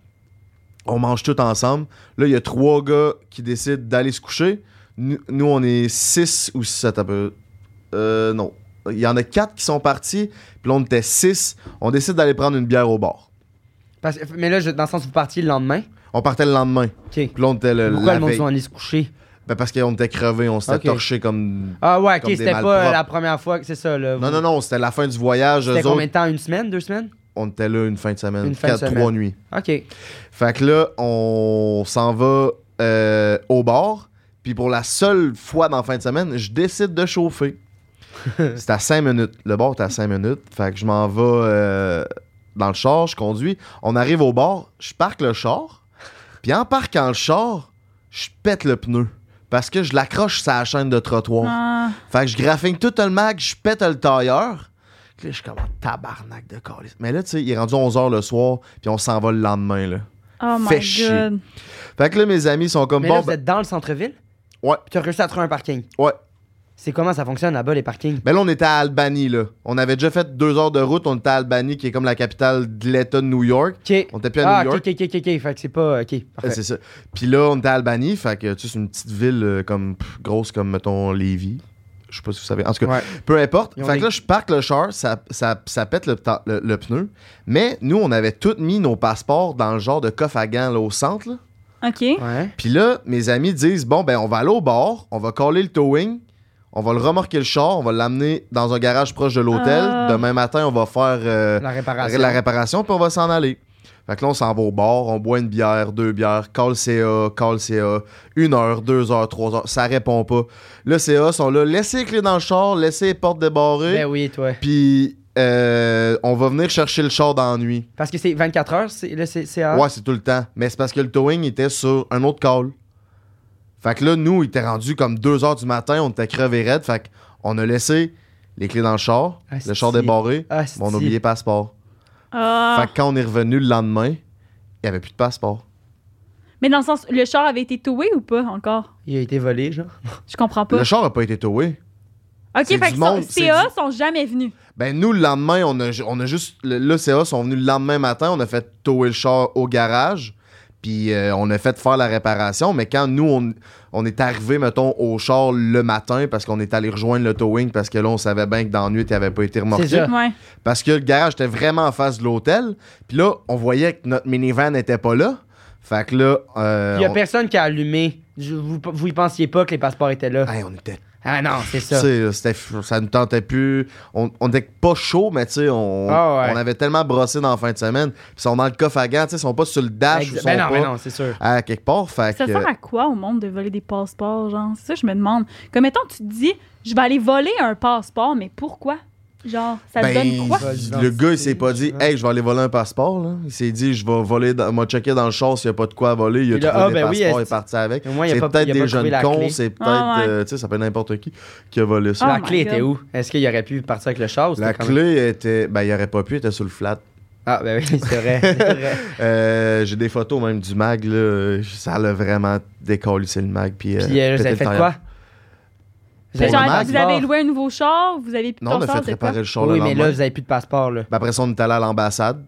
S3: On mange tout ensemble. Là, il y a trois gars qui décident d'aller se coucher. Nous, nous, on est six ou sept à peu. Euh, non. Il y en a quatre qui sont partis. Puis là, on était six. On décide d'aller prendre une bière au bar.
S1: Parce- mais là, je- dans le sens où vous partiez le lendemain.
S3: On partait le lendemain.
S1: OK.
S3: Puis là, on était le,
S1: Pourquoi
S3: Euh, la
S1: le monde
S3: veille.
S1: sont allés se coucher?
S3: Ben, parce qu'on était crevés. On s'était
S1: Ok.
S3: torchés comme
S1: Ah ouais, ok,
S3: Comme des
S1: c'était pas
S3: malpropres.
S1: la première fois que c'est ça. Là,
S3: Non, non, non, c'était la fin du voyage.
S1: C'était
S3: Eux
S1: combien
S3: autres,
S1: de temps? Une semaine? Deux semaines?
S3: on était là une fin de semaine,
S1: Une fin de
S3: quatre,
S1: semaine.
S3: trois nuits.
S1: OK.
S3: Fait que là, on s'en va euh, au bar. Puis pour la seule fois dans la fin de semaine, je décide de chauffer. C'est à cinq minutes. Le bar est à cinq minutes. Fait que je m'en vais euh, dans le char, je conduis. On arrive au bar, je parque le char. Puis en parquant le char, je pète le pneu. Parce que je l'accroche sur la chaîne de trottoir.
S2: Ah,
S3: Fait que je graphique tout le mag, je pète le tailleur. Puis Là, je suis comme un tabarnak de calice. Mais là, tu sais, il est rendu 11h le soir, puis on s'en va le lendemain, là.
S2: oh my
S3: Fais chier.
S2: God.
S3: Fait que là, mes amis sont comme
S1: Mais
S3: bon.
S1: là, vous
S3: ben-
S1: êtes dans le centre-ville?
S3: Ouais.
S1: Puis t'as réussi à trouver un parking?
S3: Ouais.
S1: C'est comment ça fonctionne là-bas, les parkings?
S3: Mais ben là, on était à Albany, là. On avait déjà fait deux heures de route, on était à Albany, qui est comme la capitale de l'État de New York.
S1: OK.
S3: On était plus à
S1: Ah,
S3: New
S1: OK,
S3: York.
S1: OK, OK, OK. Fait que c'est pas... OK,
S3: Euh,
S1: parfait.
S3: C'est ça. Puis là, on était à Albany, fait que, tu sais, c'est une petite ville euh, comme pff, grosse comme, mettons, Lévis. Je sais pas si vous savez. En tout cas,
S1: Ouais.
S3: Peu importe.
S1: Ils ont
S3: Fait
S1: des-
S3: que là, je parque le char, ça, ça, ça pète le, ta- le- le pneu. Mais nous, on avait tous mis nos passeports dans le genre de coffre à gants là, au centre. là.
S2: OK.
S1: Ouais.
S3: Puis là, mes amis disent Bon, ben, on va aller au bord, on va coller le towing, on va le remorquer le char, on va l'amener dans un garage proche de l'hôtel.
S2: Ah.
S3: Demain matin, on va faire euh,
S1: La réparation.
S3: la réparation, puis on va s'en aller. Fait que là, on s'en va au bord, on boit une bière, deux bières, call CA, call CA, une heure, deux heures, trois heures, ça répond pas. Le CA sont là, laissez les clés dans le char, laissez les portes débarrées.
S1: Ben oui, toi.
S3: Puis euh, on va venir chercher le char dans la nuit.
S1: Parce que c'est 24 heures, c'est... Là, c'est, c'est
S2: Ah.
S1: à-
S3: Ouais, c'est tout le temps. Mais c'est parce que le towing était sur un autre call. Fait que là, nous, il était rendu comme 2h du matin, on était crevé raide. Fait qu'on a laissé les clés dans le char,
S1: Asti.
S3: le char débarré,
S1: Asti.
S3: mais on a oublié le passeport.
S2: Ah,
S3: Fait que quand on est revenu le lendemain, il n'y avait plus de passeport.
S2: Mais dans le sens, le char avait été towé ou pas encore?
S1: Il a été volé, genre.
S2: Je comprends pas.
S3: Le char n'a pas été towé.
S2: OK,
S3: c'est
S2: fait
S3: du
S2: que son-
S3: monde, c'est
S2: CA sont jamais venus.
S3: Ben nous, le lendemain, on a, ju- on a juste. Le, le CA sont venus le lendemain matin, on a fait tower le char au garage, puis euh, on a fait faire la réparation. Mais quand nous, on, on est arrivé, mettons, au char le matin, parce qu'on est allé rejoindre le towing, parce que là, on savait bien que dans la nuit, il n'avait pas été remorqué.
S1: C'est ça.
S2: Ouais.
S3: Parce que le garage était vraiment en face de l'hôtel. Puis là, on voyait que notre minivan n'était pas là. Fait que là. euh,
S1: Il y a
S3: on-
S1: personne qui a allumé. Je- vous, vous y pensiez pas que les passeports étaient là.
S3: Hey, on était.
S1: Ah non, c'est
S3: tu
S1: ça.
S3: sais, c'était fou, Ça nous tentait plus. On, on était pas chaud, mais tu sais, on,
S1: Ah ouais.
S3: on avait tellement brossé dans la fin de semaine. Puis ils sont dans le coffre à gants, tu sais, ils sont pas sur le dash.
S1: Exa-
S3: ils sont
S1: ben non,
S3: pas
S1: ben non, c'est sûr.
S3: à quelque part. Fait
S2: Ça
S3: que.
S2: sert à quoi au monde de voler des passeports, genre? C'est ça, que je me demande. Comme mettons, tu te dis, je vais aller voler un passeport, mais pourquoi? Genre, ça te
S3: ben,
S2: donne quoi?
S1: Vol
S3: le
S1: d'identité,
S3: gars, il s'est pas dit,
S1: ouais.
S3: hey, je vais aller voler un passeport. Là. Il s'est dit, je vais voler, dans- m'a checker dans le char s'il n'y a pas de quoi voler. Il a
S1: Il a-
S3: trouvé
S1: ah,
S3: des
S1: ben oui,
S3: passeports, il est
S1: est-ce-
S3: parti avec.
S1: Au moins, il a
S3: C'est
S1: pas-
S3: peut-être
S1: il a pas
S3: des
S1: trouvé
S3: jeunes
S1: la
S3: cons,
S1: clé.
S3: c'est peut-être.
S2: Ah ouais.
S3: euh, tu sais, ça peut être n'importe qui qui a volé ça.
S2: Oh
S1: la
S2: my
S1: clé
S2: God.
S1: était où? Est-ce qu'il aurait pu partir avec le char? ou c'était
S3: La
S1: quand
S3: clé
S1: même-
S3: était. Ben, il aurait pas pu, il était sur le flat.
S1: Ah, ben oui, c'est vrai. c'est vrai.
S3: Euh, J'ai des photos même du mag, là. euh, Ça l'a vraiment décollé, c'est le mag. Puis, euh,
S1: Puis euh, vous
S3: pété
S1: avez
S3: le
S1: fait
S3: tire.
S1: quoi? Vous
S2: Fait
S1: avez
S3: Pour
S2: genre,
S1: un
S3: le mag,
S2: vous avez
S1: passeport?
S2: loué un nouveau char, vous avez plus
S3: Non, on
S2: ton
S3: a
S2: char
S3: fait
S2: de quoi?
S3: réparer le char
S1: Oui,
S3: le
S1: mais
S3: lendemain.
S1: là, vous avez plus de passeport, là.
S3: Ben, après ça, on est allé à l'ambassade.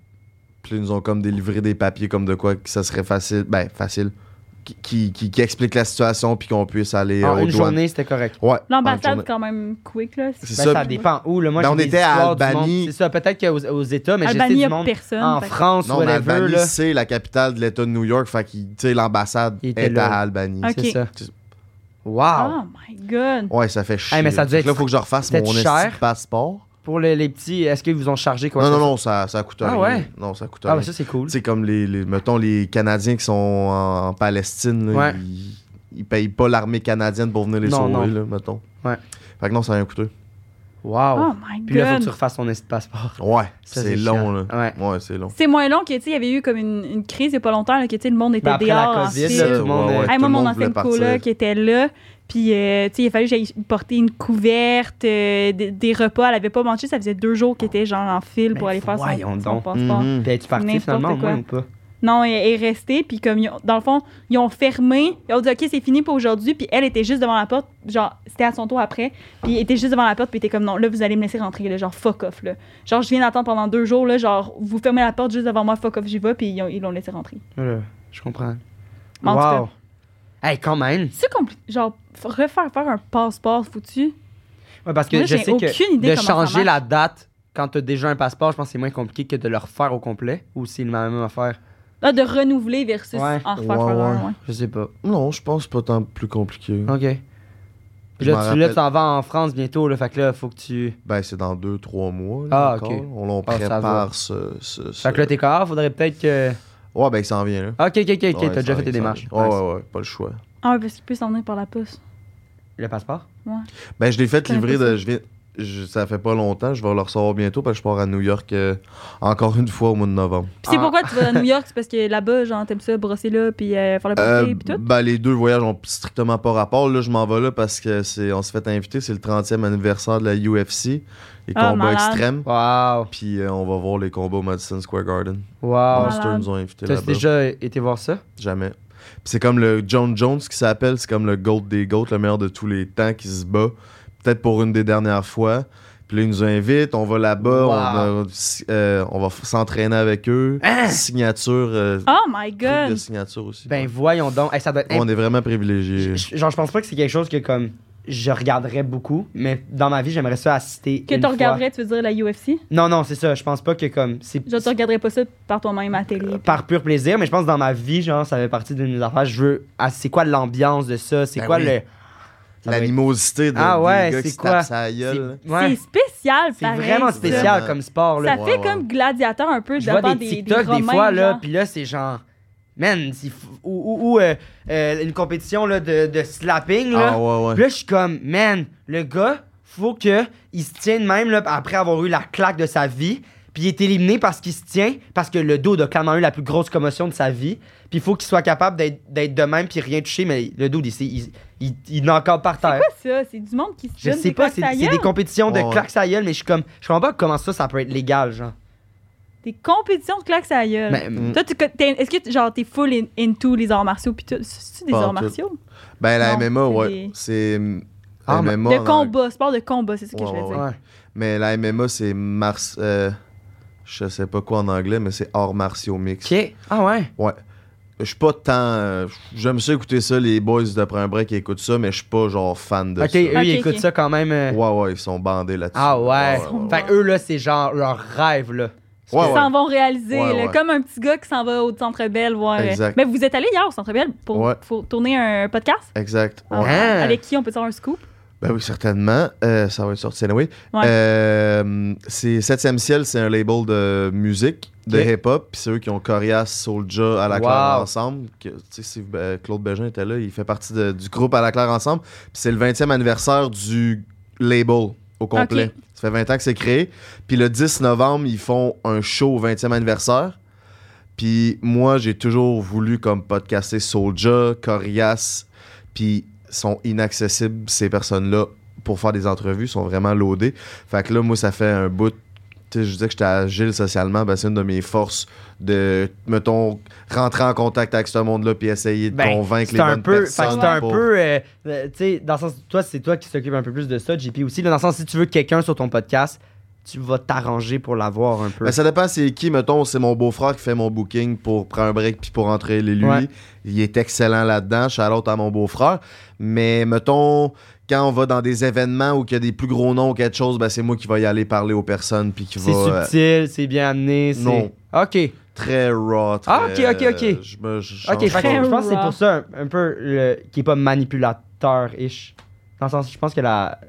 S3: Puis là, ils nous ont comme délivré des papiers comme de quoi que ça serait facile. Ben, facile. Qui, qui, qui- qui explique la situation, puis qu'on puisse aller
S1: En
S3: euh, aux
S1: une
S3: douanes.
S1: journée, c'était correct.
S3: Ouais. en une
S2: L'ambassade,
S3: journée.
S2: quand même, quick, là.
S3: C'est
S1: Ben,
S3: ça.
S1: ça
S3: puis-
S1: dépend où. Là. Moi,
S3: Ben,
S1: j'ai
S3: on
S1: des
S3: était à
S1: histoires du
S3: Albanie.
S1: monde. C'est ça, peut-être qu'aux aux États, mais
S2: Albanie, il
S1: je sais
S2: a
S1: du monde
S2: personne.
S1: en
S2: fait que-
S1: France,
S3: Non, mais
S1: whatever.
S3: Albanie,
S1: Là.
S3: c'est la capitale de l'État de New York. Fait que, tu sais, l'ambassade
S1: Il était
S3: est à
S1: là.
S3: Albanie.
S2: Ok.
S1: C'est ça. Wow!
S2: Oh my God!
S3: Ouais, ça fait chier.
S1: Hey, mais ça
S3: là.
S1: devait
S3: Fait que là,
S1: être-
S3: faut que je refasse mon
S1: peut-être
S3: esti
S1: cher.
S3: de passeport.
S1: Pour les, les petits, est-ce qu'ils vous ont chargé quoi?
S3: non, non,
S1: ça?
S3: non, ça, ça coûte
S1: Ah
S3: rien.
S1: ouais?
S3: Non, ça coûte
S1: Ah,
S3: rien.
S1: ben ça, c'est cool.
S3: C'est comme les, les- mettons, les Canadiens qui sont en, en Palestine. là,
S1: Ouais.
S3: ils, ils payent pas l'armée canadienne pour venir les
S1: Non,
S3: sauver,
S1: non.
S3: là, mettons.
S1: Ouais.
S3: Fait que non, ça a rien coûté.
S1: Wow!
S2: Oh my
S1: Puis là, faut que tu
S2: God!
S1: refasses ton esti de passeport.
S3: Ouais,
S1: Ça,
S3: c'est
S1: c'est
S3: long,
S1: chiant.
S3: là. Ouais, c'est long.
S2: C'est moins long que, tu sais, il y avait eu comme une, une crise il y a pas longtemps, là, que, tu sais, le monde était
S1: Ben, après
S2: dehors.
S1: la
S2: en
S1: COVID,
S2: file.
S1: là, tout le monde.
S3: Ouais, ouais.
S1: euh,
S2: Hey,
S3: tout
S2: moi,
S3: le
S2: mon
S3: monde voulait
S2: ancienne
S3: partir.
S2: coloc était là. Puis, euh, tu sais, il a fallu que j'aille porter une couverte, euh, des, des repas. Elle avait pas mangé. Ça faisait deux jours qu'elle était genre en file pour
S1: Mais
S2: aller faire son,
S1: voyons
S2: son
S1: donc.
S2: passeport.
S3: Mhm.
S1: Puis es-tu parti
S2: N'importe
S1: finalement au
S2: quoi.
S1: moins ou pas?
S2: Non, elle est restée. Puis, comme, ils ont- dans le fond, ils ont fermé. Ils ont dit, OK, c'est fini pour aujourd'hui. Puis, elle était juste devant la porte. Genre, c'était à son tour après. Puis, elle était juste devant la porte. Puis, elle était comme, non, là, vous allez me laisser rentrer. Là, genre, fuck off. Là. Genre, je viens d'attendre pendant deux jours. Là, genre, vous fermez la porte juste devant moi. Fuck off, j'y vais. Puis, ils ont- ils l'ont laissé rentrer.
S1: Euh, Je comprends.
S2: Mais en tout cas-
S1: Wow! Hey, quand même!
S2: C'est compliqué. Genre, f- refaire faire un passeport foutu.
S1: Ouais, parce que
S2: Moi,
S1: je
S2: j'ai
S1: sais que
S2: aucune idée
S1: de
S2: comment ça
S1: changer
S2: marche.
S1: la date quand t'as déjà un passeport, je pense que c'est moins compliqué que de le refaire au complet ou c'est la même affaire.
S2: Ah, de renouveler versus
S1: Ouais.
S2: en refaire
S3: Ouais,
S2: faire un,
S3: ouais.
S2: ouais.
S1: Je sais pas.
S3: Non, je pense pas tant plus compliqué.
S1: OK. Puis
S3: Je m'en
S1: là, tu là,
S3: rappelle.
S1: tu t'en vas en France bientôt, là. Fait que là, faut que tu.
S3: Ben, c'est dans deux, trois mois.
S1: Ah,
S3: là, encore.
S1: ok.
S3: On, on
S1: Ah, ça va.
S3: prépare ce. ce, ce-
S1: Fait que là, t'es corps, faudrait peut-être que.
S3: Ouais, ben, il s'en vient, là.
S1: Ah, Ok, ok, ok, ok,
S3: Ouais,
S1: t'as
S3: il
S1: déjà
S3: s'en
S1: fait tes
S3: vient, il s'en
S1: démarches.
S3: vient. Ouais,
S1: Nice.
S3: ouais, ouais, pas le choix.
S2: Ah, ouais, parce qu'il peut s'en venir par la poste.
S1: Le passeport?
S3: Ben, je l'ai fait
S2: C'est
S3: livrer de.
S2: impossible.
S3: Je viens, je- ça fait pas longtemps, je vais le recevoir bientôt parce que je pars à New York euh, encore une fois au mois de novembre.
S2: Puis c'est
S1: Ah.
S2: pourquoi tu vas à New York, c'est parce que là-bas, genre, t'aimes ça, brosser là, puis euh, faire le
S3: Euh,
S2: porter, puis tout.
S3: ben, les deux voyages ont strictement pas rapport. Là, je m'en vais là parce que c'est, on se fait inviter. C'est le 30e anniversaire de la UFC, les
S2: Ah,
S3: combats
S2: malade.
S3: extrêmes.
S1: Wow!
S3: Puis euh, on va voir les combats au Madison Square Garden.
S1: Wow!
S3: Monster
S2: Oh, Malade.
S3: nous ont invités
S1: T'as
S3: là-bas.
S1: déjà été voir ça?
S3: Jamais. Puis c'est comme le John Jones qui s'appelle, c'est comme le GOAT des GOATs, le meilleur de tous les temps qui se bat. Peut-être pour une des dernières fois. Puis là, ils nous invitent, on va là-bas,
S1: Wow.
S3: on, va- euh, on va f- s'entraîner avec eux.
S1: Hein?
S3: Signature, euh,
S2: Oh my
S3: truc de
S2: god!
S3: signature aussi.
S1: Ben voyons donc. Hey, ça doit être
S3: on est vraiment privilégiés.
S1: Je- je- Genre, je pense pas que c'est quelque chose que comme je regarderais beaucoup, mais dans ma vie, j'aimerais ça assister.
S2: Que
S1: une
S2: tu
S1: fois.
S2: regarderais, tu veux dire, la UFC?
S1: Non, non, c'est ça. Je pense pas que comme c'est
S2: Genre, tu regarderais pas ça par toi-même à la télé. puis-
S1: par pur plaisir, mais je pense que dans ma vie, genre, ça fait partie de mes affaires. Je veux. ah, c'est quoi l'ambiance de ça C'est
S3: Ben
S1: quoi
S3: oui.
S1: le. ça doit être-
S3: L'animosité de,
S1: Ah
S3: des
S1: ouais,
S3: gars
S1: c'est
S3: qui se
S1: quoi?
S3: tapent sa
S1: c'est-
S3: gueule.
S1: ouais.
S2: C'est spécial,
S1: C'est
S2: pareil.
S1: vraiment
S2: ça.
S1: spécial
S3: Vraiment.
S1: comme sport là.
S2: Ça
S3: Ouais,
S2: fait
S3: ouais.
S2: comme gladiateur un peu
S1: Je vois
S2: devant
S1: des
S2: des,
S1: TikTok des,
S2: Romains,
S1: fois là,
S2: genre.
S1: puis là c'est genre. Man, c'est fou- ou, ou- ou, euh, euh, une compétition là, de, de slapping là.
S3: Ah ouais, ouais.
S1: Puis là, je suis comme, man, le gars, faut que il se tienne même là, après avoir eu la claque de sa vie. Puis il est éliminé parce qu'il se tient, parce que le dos a clairement eu la plus grosse commotion de sa vie. Puis il faut qu'il soit capable d'être- d'être de même puis rien toucher, mais le dos, il, s'est- il, il, il est encore par terre.
S2: C'est ça, c'est du monde qui se
S1: Je
S2: donne
S1: sais
S2: des
S1: pas,
S2: pas,
S1: c'est c'est des compétitions de
S3: Ouais, ouais.
S1: claques à gueule, mais je suis comme, je comprends pas comment ça, ça peut être légal, genre.
S2: Des compétitions de claques à la gueule.
S1: Mais,
S3: Mm.
S2: Toi, tu co- t'es- est-ce que genre t'es full in- into les arts martiaux puis tout? C'est des
S3: Pas en
S2: arts
S3: tout.
S2: martiaux?
S3: Ben, la
S2: Non,
S3: MMA,
S2: c'est
S3: ouais.
S2: des-
S3: C'est. mm,
S1: Ah, mais-
S3: MMA,
S2: de
S3: on en-
S2: combat, sport de combat, c'est ça que
S3: Ouais,
S2: je veux
S3: ouais,
S2: dire.
S1: ouais.
S3: Mais la MMA, c'est mars. euh, je sais pas quoi en anglais, mais c'est hors martiaux mix.
S1: Ok. Ah ouais.
S3: Je suis pas tant. euh, J'aime ça écouter ça, les boys d'après un break qui écoutent ça, mais je suis pas genre fan de
S1: Ok, eux,
S3: ça.
S2: Ok,
S1: ils écoutent
S2: ok.
S1: ça quand même. euh,
S3: Ouais, ouais, ils sont bandés là-dessus.
S1: Ah ouais.
S2: Ils sont
S1: Fait que eux, là, c'est genre leur rêve, là.
S3: Ouais,
S2: Ils
S3: ouais.
S2: s'en vont réaliser,
S3: Ouais,
S2: là,
S3: ouais.
S2: comme un petit gars qui s'en va au Centre Bell voir. euh,
S3: Exact.
S2: Mais vous êtes allé hier au Centre Bell pour,
S3: Ouais.
S2: pour tourner un podcast?
S3: Exact.
S2: Ah,
S3: ouais.
S1: Hein?
S2: Avec qui on peut faire un scoop?
S3: Ben oui, certainement. Euh, ça va être sorti anyway.
S2: Ouais.
S3: Euh, c'est 7 Ciel, c'est un label de musique, de
S1: Ok.
S3: hip-hop. Puis c'est eux qui ont Corias, Soulja, À la
S1: Wow.
S3: Claire ensemble. Que, tu sais, si, euh, Claude Bégin était là, il fait partie de- du groupe À la Claire ensemble. Puis c'est le 20e anniversaire du label au complet.
S2: Ok.
S3: Ça fait 20 ans que c'est créé. Puis le 10 novembre, ils font un show au 20e anniversaire. Puis moi, j'ai toujours voulu comme podcaster Soulja, Corias, puis sont inaccessibles, ces personnes-là, pour faire des entrevues, sont vraiment loadées. Fait que là, moi, ça fait un bout. Tu sais, je disais que j'étais agile socialement, ben, c'est une de mes forces de, mettons, rentrer en contact avec ce monde-là puis essayer de
S1: Ben,
S3: convaincre les
S1: C'est un
S3: bonnes
S1: peu, fait que
S3: personnes.
S1: c'est un
S3: pour-
S1: peu, euh, euh, tu sais, dans le sens, toi, c'est toi qui s'occupe un peu plus de ça, JP aussi. Là, dans le sens, si tu veux quelqu'un sur ton podcast, tu vas t'arranger pour l'avoir un peu.
S3: Ben, ça dépend c'est qui, mettons, c'est mon beau-frère qui fait mon booking pour prendre un break puis pour entrer les lui.
S1: Ouais.
S3: Il est excellent là-dedans, Charlotte à mon beau-frère. Mais mettons, quand on va dans des événements où il y a des plus gros noms ou quelque chose, ben, c'est moi qui va y aller parler aux personnes puis qui
S1: c'est
S3: va euh,
S1: subtil, c'est bien amené, c'est.
S3: non.
S1: Ok,
S3: très raw. Très,
S1: Ah, ok, ok, ok.
S3: euh, je me- je change
S1: ok, fait que
S3: pas.
S1: je pense que c'est
S2: raw.
S1: pour ça un, un peu le- qui est pas manipulateur-ish. Dans le sens, je pense que la.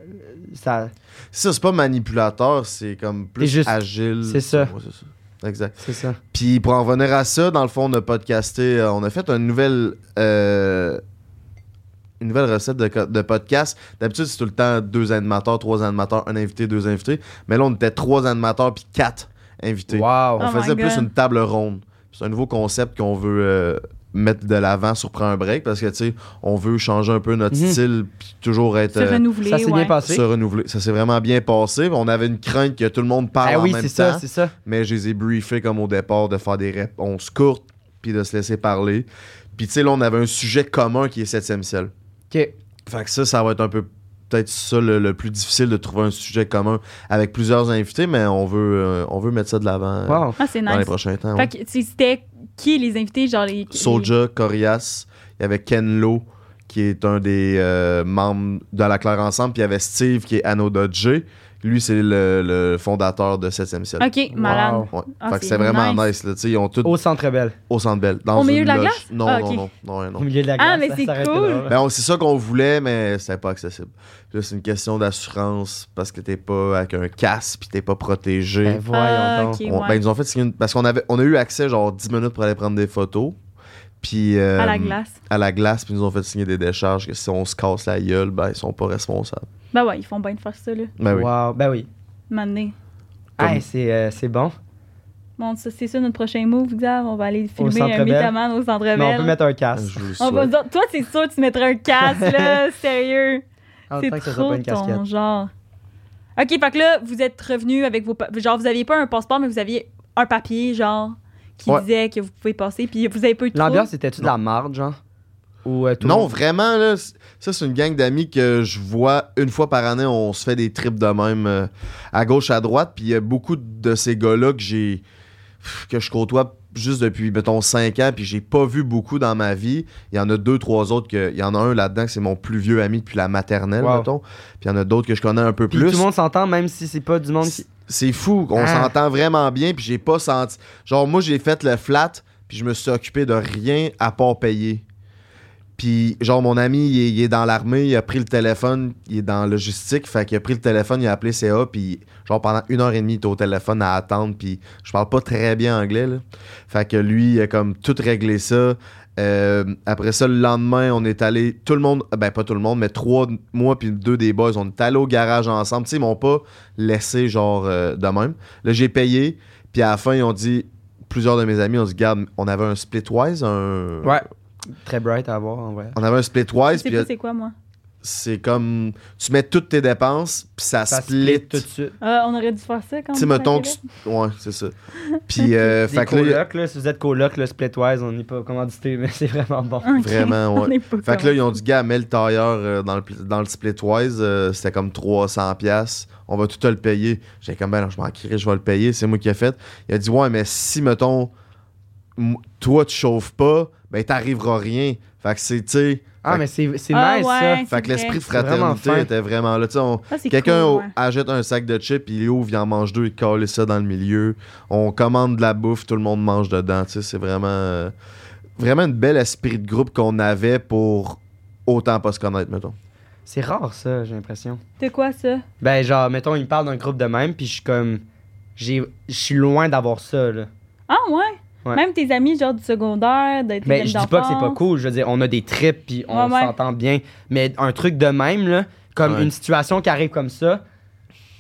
S1: Ça,
S3: Ça, c'est pas manipulateur, c'est comme plus
S1: C'est juste-
S3: agile.
S1: c'est ça.
S3: Ouais, c'est ça. Exact.
S1: c'est ça.
S3: Puis pour en revenir à ça, dans le fond, on a podcasté, euh, on a fait une nouvelle, euh, une nouvelle recette de, co- de podcast. D'habitude, c'est tout le temps deux animateurs, trois animateurs, un invité, deux invités. Mais là, on était trois animateurs puis quatre invités.
S1: Wow.
S3: On
S2: Oh my
S3: faisait plus
S2: God.
S3: une table ronde. C'est un nouveau concept qu'on veut euh, mettre de l'avant sur Prends un break parce que, tu sais, on veut changer un peu notre
S1: Mhm.
S3: style puis toujours être.
S2: Mm-hmm. Se
S3: euh,
S2: renouveler,
S1: ça s'est bien
S2: ouais.
S1: passé.
S3: se renouveler. Ça s'est vraiment bien passé. On avait une crainte que tout le monde parle
S2: Ben
S1: Ah oui,
S3: en même
S1: c'est
S3: temps.
S1: ça, c'est ça.
S3: mais je les ai briefés comme au départ de faire des réponses courtes puis de se laisser parler. Puis tu sais, là, on avait un sujet commun qui est 7 ciel.
S1: Ok.
S3: Fait que ça, ça va être un peu peut-être ça le, le plus difficile de trouver un sujet commun avec plusieurs invités, mais on veut, euh, on veut mettre ça de l'avant euh,
S1: Wow.
S2: Ah, c'est
S3: dans les
S2: nice.
S3: prochains temps.
S2: Fait
S3: ouais.
S2: que tu- c'était qui les invités, genre les.
S3: Soulja, Corias, il y avait Ken Lo qui est un des euh, membres de la Claire Ensemble, puis il y avait Steve qui est Anoda J. Lui, c'est le, le fondateur de 7 ciel.
S2: les- Ok, malade.
S1: Wow.
S3: Ouais.
S2: Ah,
S3: fait que
S2: c'est
S3: c'est vraiment
S2: nice.
S3: nice. là. Tu sais, Ils ont tous
S1: Au centre belle.
S3: Au centre Bell. Dans
S2: Au milieu
S3: une
S2: de la
S3: loge.
S2: glace?
S3: Non,
S2: Ah,
S3: non,
S2: ok.
S3: non, non, rien, non.
S1: Au milieu de la glace.
S2: Ah, mais
S1: ça
S2: c'est
S1: s'arrêtait
S2: cool.
S1: drôle.
S3: Ben, on- c'est ça qu'on voulait, mais c'était pas accessible. Là, c'est une question d'assurance parce que t'es pas avec un casque puis t'es pas protégé.
S1: Ben, voyons
S2: Ah,
S1: donc.
S2: ok,
S3: On-
S2: ouais.
S3: ben, ils nous ont fait signer une- Parce qu'on avait, on a eu accès genre 10 minutes pour aller prendre des photos. Puis, euh,
S2: à la glace.
S3: À la glace, puis ils nous ont fait signer des décharges que si on se casse la gueule, ben ils sont pas responsables.
S2: Ben ouais, ils font bien de faire ça, là.
S3: Ben oui.
S1: Wow, ben oui.
S2: M'amener.
S3: Comme-
S1: Hey, c'est euh, c'est bon.
S2: Bon, ça, c'est ça notre prochain move, Xav. On va aller filmer
S1: Centre
S2: un
S1: Bell.
S2: mythoman au Centre
S1: Mais on
S2: Bell.
S1: peut mettre un casque.
S3: Je vous le
S2: On va
S3: souhaite.
S2: dire, toi, c'est sûr, tu mettrais un casque, là, sérieux.
S1: En
S2: C'est
S1: tant Ah, que ça soit
S2: trop
S1: pas une casquette.
S2: ton genre. OK, fait que là, vous êtes revenu avec vos... pa- Genre, vous aviez pas un passeport, mais vous aviez un papier, genre, qui
S3: Ouais.
S2: disait que vous pouvez passer, puis vous avez pas eu de trouble.
S1: L'ambiance, c'était-tu de la marde, genre? Ou euh, tout le
S3: Non,
S1: monde-
S3: vraiment, là, c- ça, c'est une gang d'amis que je vois une fois par année. On se fait des trips de même euh, à gauche, à droite. Puis il y a beaucoup de ces gars-là que j'ai. que je côtoie juste depuis, mettons, 5 ans. Puis j'ai pas vu beaucoup dans ma vie. Il y en a deux, trois autres. Que, il y en a un là-dedans que c'est mon plus vieux ami depuis la maternelle,
S1: Wow.
S3: mettons. Puis il y en a d'autres que je connais un peu
S1: Puis
S3: plus.
S1: tout le monde s'entend, même si c'est pas du monde qui.
S3: C'est- C'est fou, on
S1: Ah.
S3: s'entend vraiment bien, puis j'ai pas senti. Genre, moi, j'ai fait le flat, puis je me suis occupé de rien à part payer. Puis, genre, mon ami, il est, il est dans l'armée, il a pris le téléphone, il est dans la logistique, fait qu'il a pris le téléphone, il a appelé CA, puis, genre, pendant une heure et demie, il était au téléphone à attendre, puis je parle pas très bien anglais, là. Fait que lui, il a comme tout réglé ça. Euh, après ça, le lendemain, on est allé, tout le monde, ben pas tout le monde, mais trois, moi puis deux des boys, on est allé au garage ensemble. Tu sais, ils m'ont pas laissé genre euh, de même. Là, j'ai payé, puis à la fin, ils ont dit, plusieurs de mes amis, on se garde, on avait un splitwise, un.
S1: Ouais. Très bright à avoir, en vrai.
S3: On avait un splitwise,
S2: Je sais
S3: puis
S2: pas c'est quoi, moi.
S3: c'est comme tu mets toutes tes dépenses, puis ça,
S1: Ça
S3: split.
S1: split tout de suite.
S2: Ah, on aurait dû faire ça quand
S3: Tu sais,
S2: même.
S3: mettons que. Ouais, c'est ça. Puis,
S1: Des
S3: euh, fait que là,
S1: colocs, là, si vous êtes coloc, le splitwise, on n'est pas commandité, mais c'est vraiment bon.
S3: Vraiment, ouais.
S2: on est pas
S3: Fait que
S2: comme-
S3: là, ils ont dit, gars, mets le tailleur euh, dans, le, pl- dans le splitwise, euh, c'était comme 300$, piastres. on va tout te le payer. J'ai comme, ben non, je m'en crierai, je vais le payer, c'est moi qui ai fait. Il a dit, ouais, mais si, mettons, m- toi, tu chauffes pas, ben t'arriveras rien. Fait que c'est, tu sais,
S1: Ah, mais c'est c'est
S2: Ah,
S1: nice,
S2: ouais.
S1: ça.
S3: fait que
S2: vrai.
S3: l'esprit de
S1: C'est vraiment
S3: fraternité
S1: fin.
S3: était vraiment là. Tu sais, on-
S2: Ça, c'est
S3: Quelqu'un
S2: cool,
S3: au-
S2: ouais.
S3: achète un sac de chips, il ouvre, il en mange deux, il colle ça dans le milieu. On commande de la bouffe, tout le monde mange dedans. Tu sais, c'est vraiment, euh, vraiment une belle esprit de groupe qu'on avait pour autant pas se connaître, mettons.
S1: C'est rare, ça, j'ai l'impression.
S2: De quoi ça?
S1: Ben, genre, mettons, ils me parlent d'un groupe de même, puis je suis comme. j'ai- Je suis loin d'avoir ça, là.
S2: Ah ouais?
S1: Ouais.
S2: Même tes amis genre du secondaire, de tes
S1: Mais
S2: amis
S1: je dis pas que c'est pas
S2: d'enfance.
S1: cool, je veux dire, on a des trips puis on
S2: Ouais, ouais.
S1: s'entend bien. Mais un truc de même, là, comme
S3: Ouais.
S1: une situation qui arrive comme ça,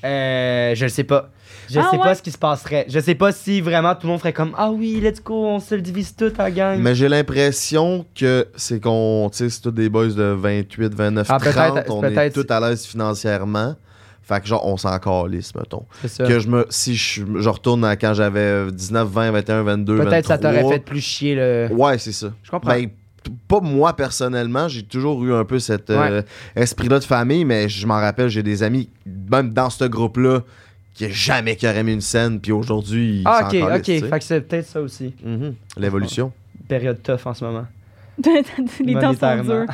S1: euh, je sais pas. Je
S2: Ah,
S1: sais
S2: ouais.
S1: pas ce qui se passerait. Je sais pas si vraiment tout le monde ferait comme Ah oui, let's go, on se le divise tout à gang.
S3: Mais j'ai l'impression que c'est qu'on, tu sais, c'est tous des boys de 28, 29,
S1: Ah, peut-être,
S3: 30. On est
S1: peut-être.
S3: tout à l'aise financièrement. Fait que genre, on s'en calisse, mettons.
S1: C'est ça.
S3: Que je me, si je, je retourne à quand j'avais 19, 20, 21, 22,
S1: Peut-être ça t'aurait
S3: 23.
S1: fait plus chier le.
S3: Ouais, c'est ça.
S1: Je comprends.
S3: Ben, p- pas moi personnellement, j'ai toujours eu un peu cet euh, esprit-là de famille, mais je m'en rappelle, j'ai des amis, même dans ce groupe-là, qui jamais qui auraient mis une scène, puis aujourd'hui, ils
S1: ah,
S3: s'en
S1: ok,
S3: calissent,
S1: ok.
S3: tu sais.
S1: Fait que c'est peut-être ça aussi.
S3: Mhm. L'évolution.
S1: Période tough en ce moment.
S2: les temps sont
S1: Monétairement.
S2: durs.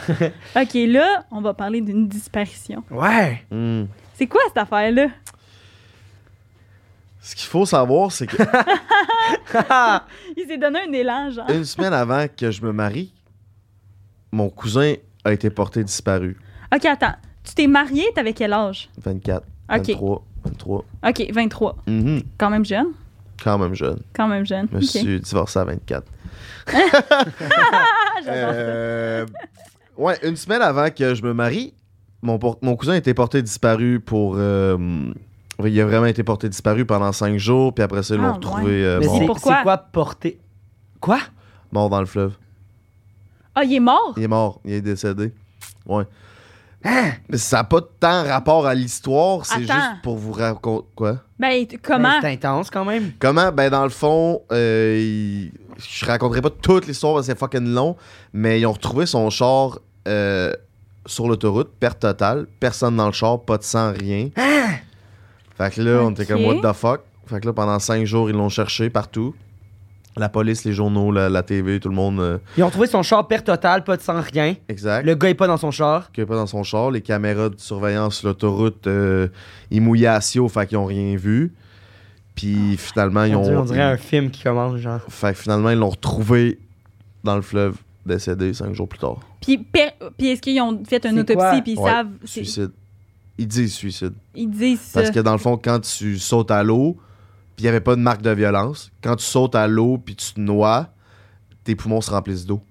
S2: OK, là, on va parler d'une disparition.
S1: ouais.
S3: Mhm.
S2: C'est quoi cette affaire-là?
S3: Ce qu'il faut savoir, c'est qu'une
S2: Il s'est donné un élan, genre.
S3: semaine avant que je me marie, mon cousin a été porté disparu.
S2: OK, attends. Tu t'es marié, t'avais quel âge?
S3: 24,
S2: Ok.
S3: 23, 23.
S2: OK, 23.
S3: Mhm.
S2: Quand même jeune.
S3: Quand même jeune.
S2: Quand même jeune.
S3: Je me
S2: OK.
S3: suis divorcé à 24.
S2: Ah, j'adore ça.
S3: Euh, ouais, une semaine avant que je me marie, mon, por- mon cousin a été porté disparu pour. euh, il a vraiment été porté disparu pendant cinq jours, puis après ça, ils l'ont
S2: Ah,
S3: retrouvé
S2: ouais.
S3: euh,
S1: Mais
S3: mort,
S1: c'est
S2: Pourquoi?
S1: c'est quoi porter. Quoi?
S3: mort dans le fleuve.
S2: Ah, il est mort?
S3: Il est mort, il est décédé. Ouais. Ah, Mais ça n'a pas tant rapport à l'histoire, c'est
S2: Attends.
S3: juste pour vous raconter. Quoi?
S2: Ben, t- comment?
S1: Ben, C'est intense quand même.
S3: Comment? Ben, dans le fond, euh, il- je raconterai pas toute l'histoire parce que c'est fucking long, mais ils ont retrouvé son char euh, sur l'autoroute, perte totale, personne dans le char, pas de sang, rien.
S1: Ah!
S3: Fait que là, on était comme, what
S2: Ok.
S3: the fuck? Fait que là, pendant cinq jours, ils l'ont cherché partout. La police, les journaux, la, la TV, tout le monde. euh,
S1: Ils ont trouvé son char père total, pas de sang, rien.
S3: exact.
S1: Le gars est pas dans son char.
S3: Qu'il y avait pas dans son char, les caméras de surveillance sur l'autoroute, euh, ils mouillaient à Sio, fait qu'ils ont rien vu. Puis finalement, ils
S1: Mon
S3: ont.
S1: Dieu, on dirait
S3: ils-
S1: un film qui commence, genre.
S3: Fait que finalement, ils l'ont retrouvé dans le fleuve, décédé cinq jours plus tard.
S2: Puis, per- puis est-ce qu'ils ont fait une
S1: C'est
S2: autopsie
S1: quoi?
S2: puis ils
S3: Ouais,
S2: savent... c'est-
S3: Suicide. Ils disent suicide.
S2: Ils disent euh,
S3: Parce
S2: ça.
S3: que dans le fond, quand tu sautes à l'eau, puis il n'y avait pas de marque de violence, quand tu sautes à l'eau puis tu te noies, tes poumons se remplissent d'eau.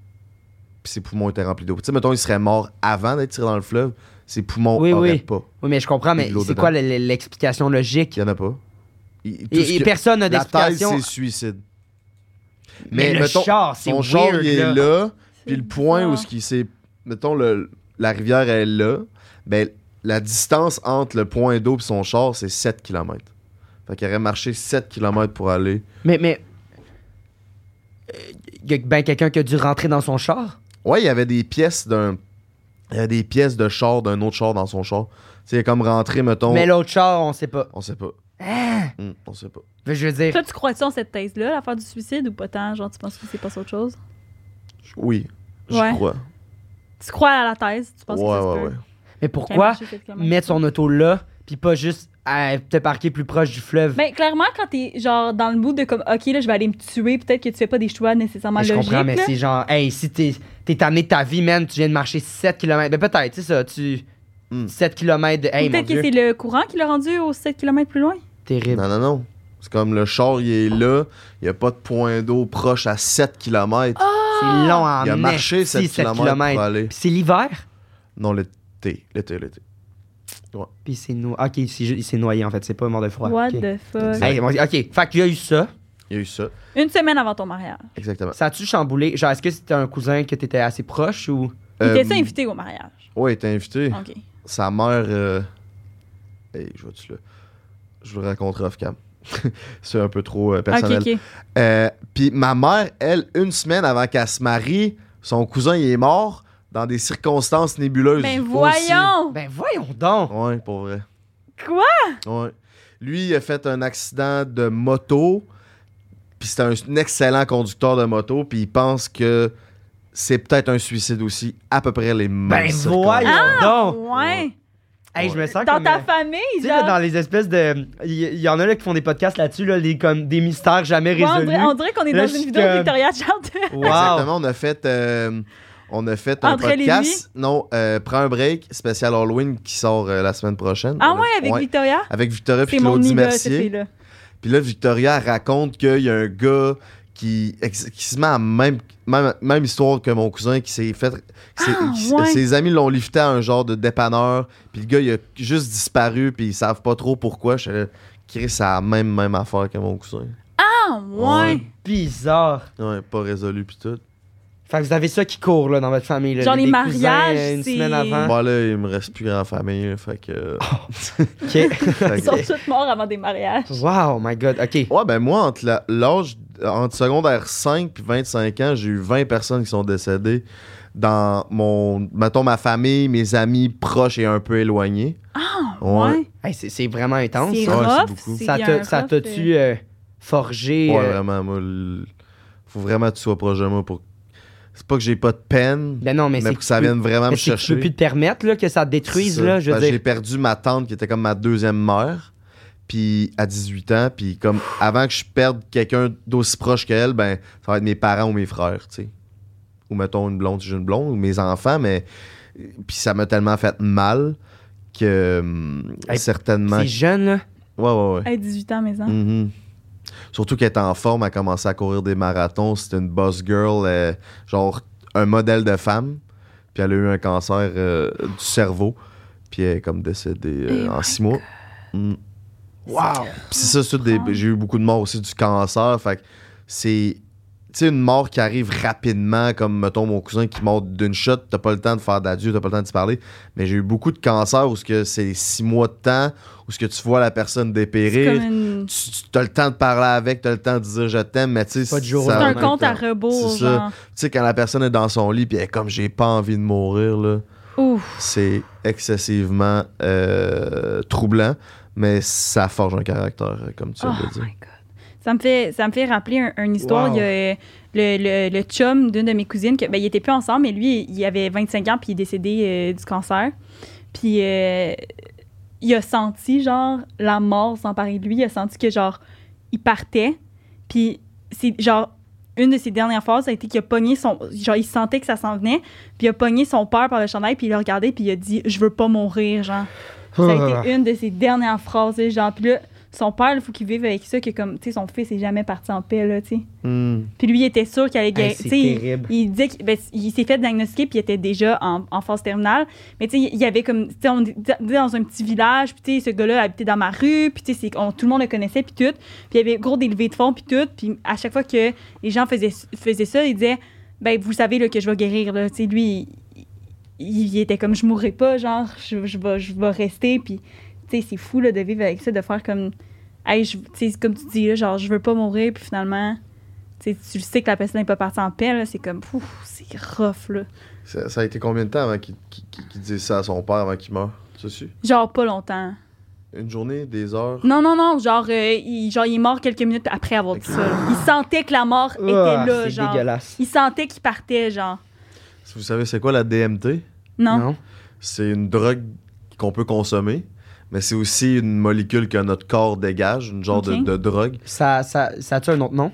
S3: Puis ses poumons étaient remplis d'eau. Tu sais, mettons, il serait mort avant d'être tiré dans le fleuve, ses poumons
S1: Oui,
S3: n'auraient
S1: oui.
S3: pas.
S1: Oui, mais je comprends, mais
S3: de l'eau
S1: c'est
S3: dedans.
S1: quoi le- le- l'explication logique?
S3: Il n'y en a pas. Il- tout
S1: Et,
S3: ce
S1: et
S3: que-
S1: personne n'a
S3: la thèse,
S1: d'explication.
S3: c'est suicide.
S1: Mais, le
S3: mettons,
S1: char, c'est
S3: Son
S1: weird,
S3: genre, il est
S1: là.
S3: là.
S2: C'est
S3: Puis le point où
S2: bizarre.
S3: ce qui s'est. Mettons, le, la rivière est là. Ben, la distance entre le point d'eau et son char, c'est 7 km. Fait qu'il aurait marché 7 km pour aller.
S1: Mais, mais... euh, Ben, quelqu'un qui a dû rentrer dans son char?
S3: Ouais, il y avait des pièces d'un. Il y avait des pièces de char d'un autre char dans son char. Tu sais, comme rentrer, mettons.
S1: Mais l'autre char, on sait pas.
S3: On sait pas.
S2: Hein?
S3: Hmm, on sait pas.
S1: Mais Je veux dire...
S2: Toi, tu crois-tu en cette thèse-là, l'affaire du suicide ou pas tant? Genre, tu penses que c'est pas autre chose?
S3: Oui, je
S2: Ouais.
S3: crois.
S2: Tu crois à la thèse? Tu penses
S3: ouais,
S2: que ça se
S3: ouais,
S2: peut?
S3: ouais.
S1: Mais
S2: Qu'elle
S1: pourquoi
S2: marche peut-être quand même.
S1: mettre son auto là, puis pas juste à te parquer plus proche du fleuve?
S2: Ben, clairement, quand t'es genre dans le bout de comme, OK, là, je vais aller me tuer, peut-être que tu fais pas des choix nécessairement
S1: Mais je
S2: logiques.
S1: comprends, mais
S2: là.
S1: c'est genre... Hey, si t'es t'es tanné de ta vie, man, tu viens de marcher 7 km. Ben, peut-être, c'est ça, tu...
S3: Mm.
S1: 7 km de... Hey, mon
S2: Ou peut-être que Ah!
S1: Dieu,
S2: c'est le courant qui l'a rendu aux 7 km plus loin.
S1: terrible.
S3: Non, non, non. C'est comme le char, il est là. Il n'y a pas de point d'eau proche à 7 km.
S1: C'est long en
S2: Ah,
S3: il a marché 7
S1: 7
S3: km,
S1: kilomètres.
S3: pour aller.
S1: Puis c'est l'hiver,
S3: Non, l'été. L'été, l'été.
S1: puis c'est no... OK, il s'est ju- il s'est noyé en fait, c'est pas mort de froid.
S2: What
S1: OK.
S2: the fuck?
S3: Exact.
S1: Hey, bon, OK, fait qu'il y a eu ça.
S3: Il y a eu ça.
S2: Une semaine avant ton mariage.
S3: Exactement.
S1: Ça a-tu chamboulé? Genre, est-ce que c'était un cousin que t'étais assez proche ou...
S3: Euh,
S2: T'étais-tu invité au mariage?
S3: Ouais, t'es invité.
S2: OK.
S3: Sa mère. euh, hey, je vais le. Je vous le raconterai off-cam. C'est un peu trop euh,
S2: OK,
S3: personnel.
S2: OK.
S3: Euh, Puis ma mère, elle, une semaine avant qu'elle se marie, son cousin il est mort dans des circonstances nébuleuses.
S2: Ben
S3: aussi.
S2: voyons!
S1: Ben voyons donc.
S3: Ouais, pour vrai.
S2: Quoi?
S3: Ouais. Lui, il a fait un accident de moto. Puis c'était un, un excellent conducteur de moto. Puis il pense que c'est peut-être un suicide aussi, à peu près les mêmes.
S1: Ben
S3: circonstances.
S1: voyons donc.
S2: Ouais!
S1: Hey, je me sens
S2: Ah! Dans
S1: comme.
S2: ta
S1: euh,
S2: famille,
S1: Tu sais, là,
S2: genre.
S1: dans les espèces de. Il y, y en a là qui font des podcasts là-dessus, là, les, comme des mystères jamais
S2: Ouais, on
S1: résolus.
S2: dirait- on dirait qu'on est
S1: Là,
S2: dans
S1: je
S2: une
S1: suis
S2: vidéo de
S1: comme-
S2: Victoria Charlton.
S1: Wow.
S3: Exactement, on a fait, euh, on a fait un
S2: Ah! Entre les
S3: podcast. Non, euh, Prends un break, spécial Halloween qui sort euh, la semaine prochaine.
S2: Ah
S3: On a-
S2: ouais, avec Victoria?
S3: Avec Victoria puis
S2: C'est mon
S3: Claudie
S2: idole, cette
S3: Mercier.
S2: fille-là.
S3: Puis là, Victoria elle raconte qu'il y a un gars qui, ex- qui se met à même, même, même histoire que mon cousin qui s'est fait. qui s'est-
S2: Ah,
S3: qui s-
S2: ouais.
S3: Ses amis l'ont lifté à un genre de dépanneur. Puis le gars, il a juste disparu. Puis ils savent pas trop pourquoi. Je suis là, Chris, c'est la même, même affaire que mon cousin.
S2: Ah ouais!
S1: Bizarre.
S3: Ouais, pas résolu. Puis tout.
S1: Fait que vous avez ça qui court là, dans votre famille. Là,
S2: Genre les
S1: des
S2: mariages,
S1: cousins, euh, Une
S2: c'est-
S1: semaine avant.
S3: Bon, là, il me reste plus grand famille. là, Fait que. euh,
S1: Ok.
S3: fait
S2: Ils
S3: que-
S2: sont tous morts avant des mariages.
S1: wow, my god. Ok.
S3: Ouais, ben moi, entre la- l'âge, entre secondaire 5 puis 25 ans, j'ai eu 20 personnes qui sont décédées dans mon, mettons, ma famille, mes amis proches et un peu éloignés.
S2: Ah
S3: Ouais.
S2: ouais!
S1: Hey, c'est- c'est vraiment intense.
S2: C'est
S1: ça.
S3: Ouais, c'est
S2: rough.
S3: beaucoup.
S2: c'est-
S1: Ça
S2: il y a
S1: t'a-
S2: un
S1: ça
S2: rough,
S1: t'a-tu euh, forgé.
S3: Ouais,
S1: euh,
S3: vraiment, moi, le- faut vraiment que tu sois proche de moi pour... C'est pas que j'ai pas de peine,
S1: Ben non, mais,
S3: mais,
S1: c'est.
S3: pour que ça vienne vraiment me
S1: mais c'est que tu
S3: chercher.
S1: peux plus te permettre là, que ça te détruise, là, je veux
S3: Parce que J'ai
S1: dire.
S3: perdu ma tante qui était comme ma deuxième mère, puis à 18 ans, puis comme avant que je perde quelqu'un d'aussi proche qu'elle, ben ça va être mes parents ou mes frères, tu sais. Ou mettons une blonde si j'ai une blonde, ou mes enfants, mais puis ça m'a tellement fait mal que hum,
S1: Hey,
S3: certainement.
S1: C'est jeune, là.
S3: Ouais, ouais, ouais.
S2: Hey, 18 ans, mes ans.
S3: Mhm. Surtout qu'elle était en forme, elle commençait à courir des marathons. C'était une boss girl, euh, genre un modèle de femme. Puis elle a eu un cancer euh, du cerveau. Puis elle est comme décédée euh,
S2: Eh
S3: en
S2: my
S3: six mois. Mm.
S1: Wow.
S3: Puis c'est ça, c'est tout des- j'ai eu beaucoup de morts aussi du cancer. Fait que c'est. Tu sais, une mort qui arrive rapidement, comme mettons mon cousin qui meurt d'une shot, t'as pas le temps de faire d'adieu, t'as pas le temps de se parler. Mais j'ai eu beaucoup de cancers où ce que c'est six mois de temps, où ce que tu vois la personne
S2: C'est
S3: dépérir
S2: comme une-
S3: tu, tu as le temps de parler avec, tu as le temps de dire je t'aime, mais tu sais,
S1: Pas de jour au
S3: ça-
S2: C'est
S1: lendemain.
S2: un
S1: en même
S2: compte à
S3: Tu
S2: rebours,
S3: C'est ça.
S2: genre.
S3: sais, quand la personne est dans son lit, puis elle est comme j'ai pas envie de mourir, là,
S2: Ouf.
S3: c'est excessivement euh, troublant, mais ça forge un caractère, euh, comme tu
S2: Oh
S3: viens de dire.
S2: my God. Ça me fait, ça me fait rappeler un- une histoire.
S1: Wow.
S2: Il y a euh, le, le- le chum d'une de mes cousines, que, ben, ils étaient plus ensemble, mais lui, il avait 25 ans, puis il est décédé euh, du cancer. Puis euh, il a senti, genre, la mort s'emparer de lui. Il a senti que, genre, il partait. Puis c'est, genre, une de ses dernières phrases, ça a été qu'il a pogné son. Genre, il sentait que ça s'en venait. Puis il a pogné son père par le chandail, puis il l'a regardé, puis il a dit Je veux pas mourir, genre. Ça
S1: Ah.
S2: a été une de ses dernières phrases, là, genre. Puis là, son père, il faut qu'il vive avec ça, que comme, tu sais, son fils est jamais parti en paix, là, tu sais.
S3: Hmm.
S2: Puis lui, il était sûr qu'il allait guérir.
S1: c'est
S2: tu sais, il-
S1: terrible.
S2: Il, disait qu'il ben, il s'est fait diagnostiquer, puis il était déjà en, en phase terminale. Mais tu sais, il y avait comme, tu sais, on était dans un petit village, puis tu sais, ce gars-là habitait dans ma rue, puis tu sais, c'est- on- tout le monde le connaissait, puis tout. Puis il y avait gros des levées de fonds, puis tout. Puis à chaque fois que les gens faisaient, faisaient ça, ils disaient, ben, vous savez, là, que je vais guérir, là. Tu sais, lui, il, il- il était comme, je mourrai pas, genre, je, je vais, je vais rester, puis tu sais, c'est fou, là, de vivre avec ça, de faire comme, hey, je- tu sais, comme tu dis, là, genre, je veux pas mourir, puis finalement. Tu sais, tu le sais que la personne n'est pas partie en paix, là, c'est comme, ouf, c'est rough, là.
S3: Ça, ça a été combien de temps avant qu'il qu'il- qu'il- qu'il dise ça à son père avant qu'il meure Tu sais
S2: Genre, pas longtemps.
S3: Une journée, des heures
S2: Non, non, non, genre, euh, il, genre, il est mort quelques minutes après avoir dit ça. là. Il sentait que la mort était
S1: Ah,
S2: là,
S1: C'est
S2: genre.
S1: dégueulasse.
S2: Il sentait qu'il partait, genre.
S3: Si Vous savez, c'est quoi la DMT
S2: Non.
S3: C'est une drogue qu'on peut consommer, mais c'est aussi une molécule que notre corps dégage, une genre de-
S2: Ok.
S3: de drogue.
S1: Ça, ça, ça a-tu un autre nom?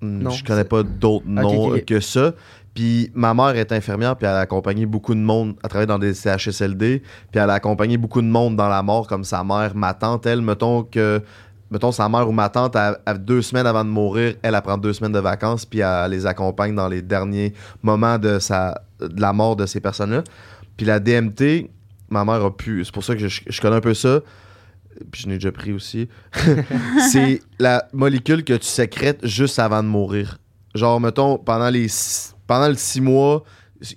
S3: Hmm,
S1: Non,
S3: je connais pas d'autres noms
S1: ok,
S3: euh,
S1: ok.
S3: que ça. Puis ma mère est infirmière, puis elle a accompagné beaucoup de monde à travailler dans des CHSLD, puis elle a accompagné beaucoup de monde dans la mort, comme sa mère, ma tante, elle, mettons que. Mettons, sa mère ou ma tante, à, deux semaines avant de mourir, elle, elle prend deux semaines de vacances, puis elle les accompagne dans les derniers moments de, sa, de la mort de ces personnes-là. Puis la DMT, ma mère a pu. C'est pour ça que je, je connais un peu ça. Puis je n'ai déjà pris aussi. c'est la molécule que tu sécrètes juste avant de mourir. Genre, mettons, pendant les six- pendant le six mois,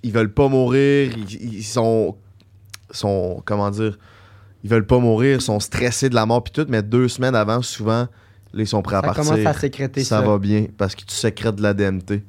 S3: ils veulent pas mourir, ils, ils sont, sont, comment dire, ils veulent pas mourir, sont stressés de la mort puis tout, mais deux semaines avant, souvent, là, ils sont prêts à
S1: Ça
S3: partir.
S1: commence à sécréter
S3: ça
S1: ça.
S3: va bien parce que tu sécrètes de la DMT.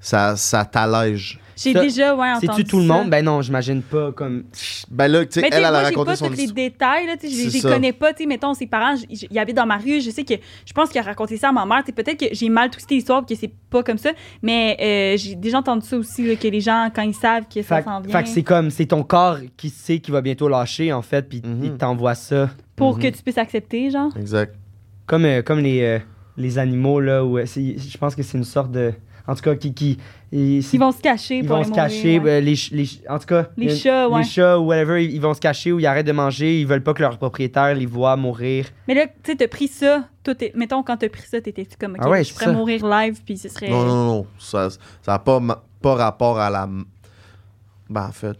S3: Ça, ça t'allège.
S2: J'ai
S1: Ça,
S2: déjà, ouais, entendu.
S1: C'est-tu tout le
S2: ça.
S1: monde? Ben non, j'imagine pas comme.
S3: Ben là, tu sais,
S2: Mais tu
S3: elle,
S2: sais,
S3: elle a
S2: moi, j'ai
S3: raconté
S2: pas
S3: son
S2: tous les
S3: histoire.
S2: détails, là, tu sais, je
S3: C'est
S2: les- je les
S3: ça.
S2: connais pas, tu sais, mettons, ses parents, j- j- ils habitent dans ma rue, je sais que, je pense qu'il a raconté ça à ma mère, tu sais, peut-être que j'ai mal twisté l'histoire, que c'est pas comme ça, mais euh, j'ai déjà entendu ça aussi, là, que les gens, quand ils savent que ça
S1: Fait,
S2: s'en vient,
S1: fait que c'est comme, c'est ton corps qui sait qu'il va bientôt lâcher, en fait, puis
S3: Mhm.
S1: il t'envoie ça.
S2: pour
S3: Mhm.
S2: que tu puisses accepter, genre.
S3: Exact.
S1: Comme, euh, comme les, euh, les animaux, là, où euh, c'est- je pense que c'est une sorte de. En tout cas, qui. qui ils,
S2: Ils vont se cacher
S1: ils
S2: pour
S1: vont
S2: aller
S1: se
S2: mourir,
S1: cacher.
S2: ouais.
S1: euh, les, ch- les ch- en tout cas.
S2: Les
S1: il y a-
S2: chats, ouais.
S1: Les chats ou whatever, ils, ils vont se cacher ou ils arrêtent de manger, ils veulent pas que leur propriétaire les voit mourir.
S2: Mais là, tu sais, t'as pris ça, toi, t'es- mettons, quand t'as pris ça, t'étais comme, ok,
S1: Ah ouais,
S2: je
S1: c'est
S2: pourrais
S1: ça.
S2: mourir live, puis ce serait...
S3: Non, non, non. Ça n'a pas, ma- pas rapport à la. Ben, en fait.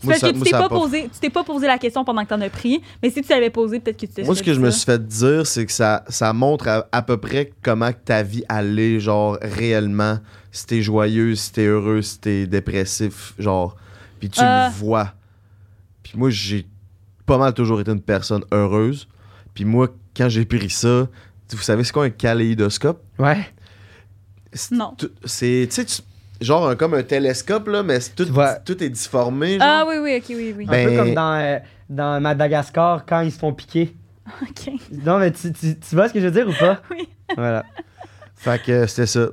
S2: C'est parce
S3: ça-
S2: que tu t'es
S3: ça a
S2: pas, posé, tu t'es pas posé la question pendant que t'en as pris, mais si tu l'avais posé, peut-être que tu te
S3: Moi,
S2: serais
S3: ce que
S2: dit
S3: je me
S2: ça.
S3: suis fait dire, c'est que ça, ça montre à, à peu près comment que ta vie allait, genre, réellement. Si t'es joyeux, si t'es heureux, si t'es dépressif, genre. Puis tu
S2: Euh.
S3: le vois. Puis moi, j'ai pas mal toujours été une personne heureuse. Puis moi, quand j'ai pris ça, vous savez, c'est quoi un kaléidoscope?
S1: Ouais.
S3: C'est
S2: Non.
S3: tout- C'est, tu sais, tu- genre un- comme un télescope, là, mais c'est tout,
S1: Tu vois-
S3: tout est difformé. genre.
S2: Ah oui, oui, ok, oui, oui.
S1: Un
S3: Ben-
S1: peu comme dans, euh, dans Madagascar quand ils se font piquer.
S2: Ok.
S1: Non, mais tu, tu, tu vois ce que je veux dire ou pas?
S2: Oui.
S1: Voilà.
S3: Fait que c'était ça.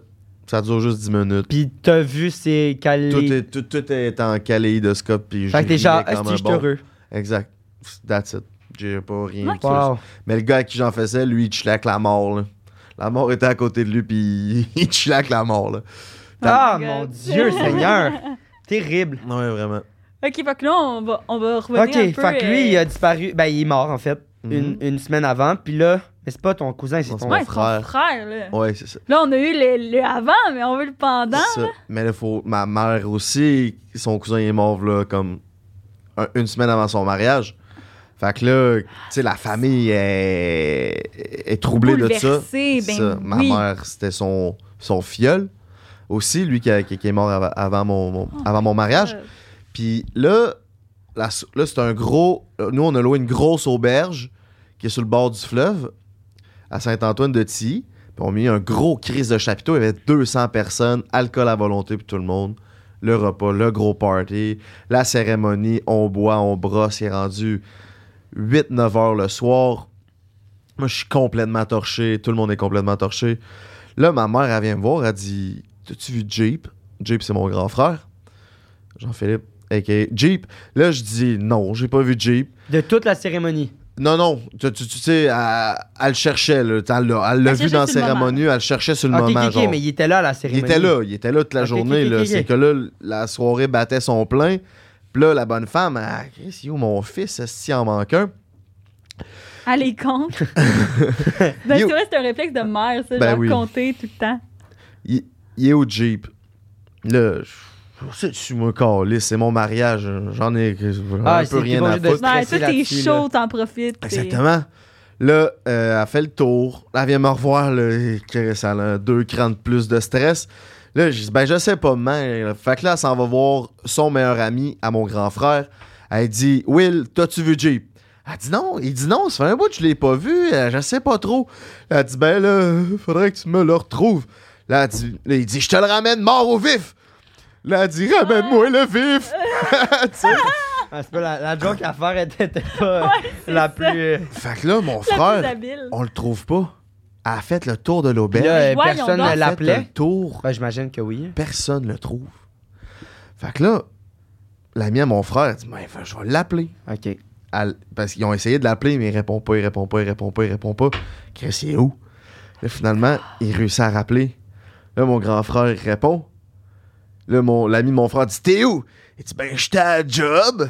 S3: Ça dure juste 10 minutes.
S1: Puis t'as vu ces calés.
S3: Tout est, tout, tout est en caléidoscope. Puis
S1: Fait que t'es
S3: riais
S1: genre,
S3: comme
S1: est-ce
S3: un
S1: que je suis
S3: bon.
S1: heureux?
S3: Exact. That's it. J'ai pas rien. de
S2: Ok.
S3: plus.
S1: Wow.
S3: Mais le gars à qui j'en faisais, lui, il chillaque la mort. là. La mort était à côté de lui, puis il chillaque la mort. Là.
S1: Ah
S2: Oh my
S1: mon
S2: God.
S1: Dieu, Seigneur! Terrible.
S3: Non, mais vraiment.
S2: Ok, fait que là, on va, on va revenir
S1: Ok,
S2: un peu.
S1: fait que lui,
S2: euh,
S1: il a disparu. Ben, il est mort, en fait,
S3: Mhm.
S1: une, une semaine avant. Puis là, mais c'est pas ton cousin, c'est
S3: Non,
S1: ton.
S3: c'est
S2: euh, Ouais,
S3: mon
S2: son
S3: frère.
S2: frère. là.
S3: Ouais, c'est ça.
S2: Là, on a eu le, le avant, mais on veut le pendant.
S3: C'est ça. Mais là, faut... ma mère aussi, son cousin est mort là, comme un- une semaine avant son mariage. Fait que là, tu sais, la famille est, est troublée de ça.
S2: Bouleversé, ben
S3: Ça, Ma
S2: oui.
S3: mère, c'était son, son fiole aussi, lui qui, a- qui- qui est mort av- avant mon, mon- avant mon
S2: Euh,
S3: mariage. Puis là, la sou- là c'est un gros. Nous, on a loué une grosse auberge qui est sur le bord du fleuve à Saint-Antoine de Tilly. Puis on a mis un gros crise de chapiteau. Il y avait 200 personnes, alcool à volonté pour tout le monde. Le repas, le gros party, la cérémonie, on boit, on brosse. Il est rendu 8-9 heures le soir. Moi, je suis complètement torché. Tout le monde est complètement torché. Là, ma mère, elle vient me voir. Elle dit T'as-tu vu Jeep Jeep, c'est mon grand frère. Jean-Philippe, a.k.a. Jeep. Là, je dis Non, j'ai pas vu Jeep.
S1: De toute la cérémonie.
S3: Non, non, tu, tu- tu sais, elle, elle le cherchait, là. elle l'a elle l'a
S2: Elle
S3: vu
S2: cherchait
S3: dans la
S2: sur le moment.
S3: cérémonie, elle le cherchait sur le
S1: ok,
S3: moment.
S1: ok,
S3: genre.
S1: mais il était là à la
S3: il
S1: cérémonie.
S3: était là, il était là toute la
S1: Ok,
S3: journée.
S1: ok,
S3: là.
S1: ok, ok.
S3: C'est que là, la soirée battait son plein. Puis là, la bonne femme, ah, Chris, il est où mon fils, si en manque un?
S2: Allez, compte. ben, c'est
S3: You-
S2: vrai, c'est un réflexe de mère, ça,
S3: Ben
S2: genre
S3: oui.
S2: compter tout le temps.
S3: Il, il est au Jeep. Là, je- je suis mon calé, c'est mon mariage. J'en ai, j'en ai
S1: Ah,
S3: un
S1: c'est
S3: peu rien
S1: pas
S3: à
S1: obligé de
S3: foutre.
S1: se
S2: Ouais,
S1: stresser
S2: toi, t'es
S1: là-dessus,
S2: chaud,
S1: là.
S2: t'en profites. t'es-
S3: Exactement. Là, euh, elle fait le tour. Elle vient me revoir. Là, que ça a deux crans de plus de stress. Là, je dis, ben, je sais pas, man. Fait que là, elle s'en va voir son meilleur ami à mon grand frère. Elle dit, Will, t'as-tu vu Jeep? Elle dit non. Il dit non, ça fait un bout que je l'ai pas vu. Euh, Je sais pas trop. Elle dit, ben là, faudrait que tu me le retrouves. Là, elle dit, là, il dit, je te le ramène mort au vif. Là, elle dit, ramène-moi le vif. Tu sais?
S1: Ah, c'est pas la, la joke à faire était, était pas euh, la plus. euh,
S3: fait que là, mon
S2: La plus
S3: frère,
S2: habile.
S3: on le trouve pas. Elle a fait le tour de
S1: Puis
S3: l'auberge.
S1: là, euh,
S2: voyons
S1: personne
S2: donc.
S1: ne
S3: Elle a fait le
S1: l'appelait.
S3: tour.
S1: Ben, j'imagine que oui.
S3: Personne le trouve. Fait que là, l'ami à mon frère elle dit Ben, Je vais l'appeler.
S1: Ok.
S3: Elle- Parce qu'ils ont essayé de l'appeler, mais il répond pas, il répond pas, il répond pas, il répond pas. Chris, il est où Là, finalement, il réussit à rappeler. Là, mon grand frère il répond. Là, mon- l'ami de mon frère dit T'es où Il dit Ben, j'étais à la job.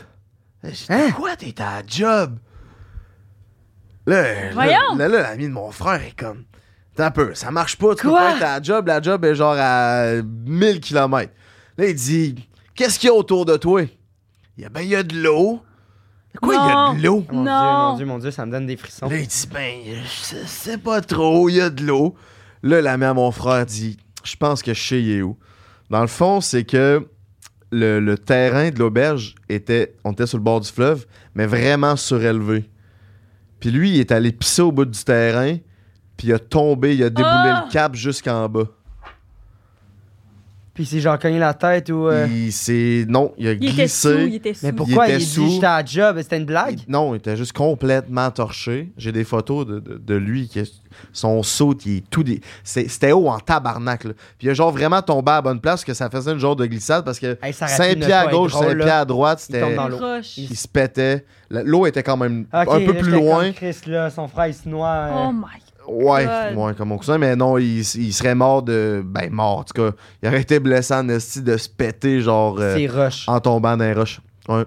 S3: Là, j'ai dit,
S1: Hein?
S3: Quoi, t'étais à la job Là, là,
S2: Voyons.
S3: là, là, l'ami de mon frère est comme Attends un peu, ça marche pas, tu peux
S2: Quoi?
S3: pas être à la job, la job est genre à 1000 km. Là, il dit Qu'est-ce qu'il y a autour de toi Il y a ben, il y a de l'eau. Quoi, il y a
S2: Non.
S3: de l'eau
S1: Ah, Mon
S2: Non.
S1: Dieu, mon Dieu, mon Dieu, ça me donne des frissons.
S3: Là, il dit, ben, je sais pas trop, il y a de l'eau. Là, la mère à mon frère dit, je pense que je sais il est où. Dans le fond, c'est que le, le terrain de l'auberge était. On était sur le bord du fleuve, mais vraiment surélevé. Puis lui, il est allé pisser au bout du terrain, puis il a tombé, il a déboulé
S2: Ah!
S3: le cap jusqu'en bas.
S1: Puis c'est genre cogné la tête ou. euh,
S3: Il s'est. Non, il a
S2: Il était
S3: glissé.
S2: sous, il était sous.
S1: Mais pourquoi
S3: Il
S1: il,
S3: était
S1: dit
S3: sous.
S1: j'étais à la job? C'était une blague?
S3: Il- Non, il était juste complètement torché. J'ai des photos de, de- de lui. Qui est- son saut, il est tout. Des, c'est- c'était haut en tabarnak. là. Puis il a genre vraiment tombé à la bonne place, que ça faisait une genre de glissade parce que
S1: Hey, ça aurait pu ne
S3: Saint-Pierre
S1: pas
S3: à
S1: être
S3: gauche,
S1: drôle,
S3: Saint-Pierre
S1: là.
S3: à droite,
S1: Il tombe
S3: c'était.
S1: dans
S2: Une
S1: l'eau.
S2: roche.
S3: Il se pétait. La- L'eau était quand même
S1: Ok,
S3: un peu
S1: là,
S3: plus
S1: j'étais
S3: loin.
S1: comme Chris, là, son frère, il se noie. euh.
S2: Oh my
S3: Ouais,
S2: God.
S3: ouais, comme mon cousin, mais non, il, s- il serait mort de. Ben, mort, en tout cas. Il aurait été blessé en esti de se péter, genre, euh,
S1: C'est rush.
S3: en tombant dans les roches. Ouais.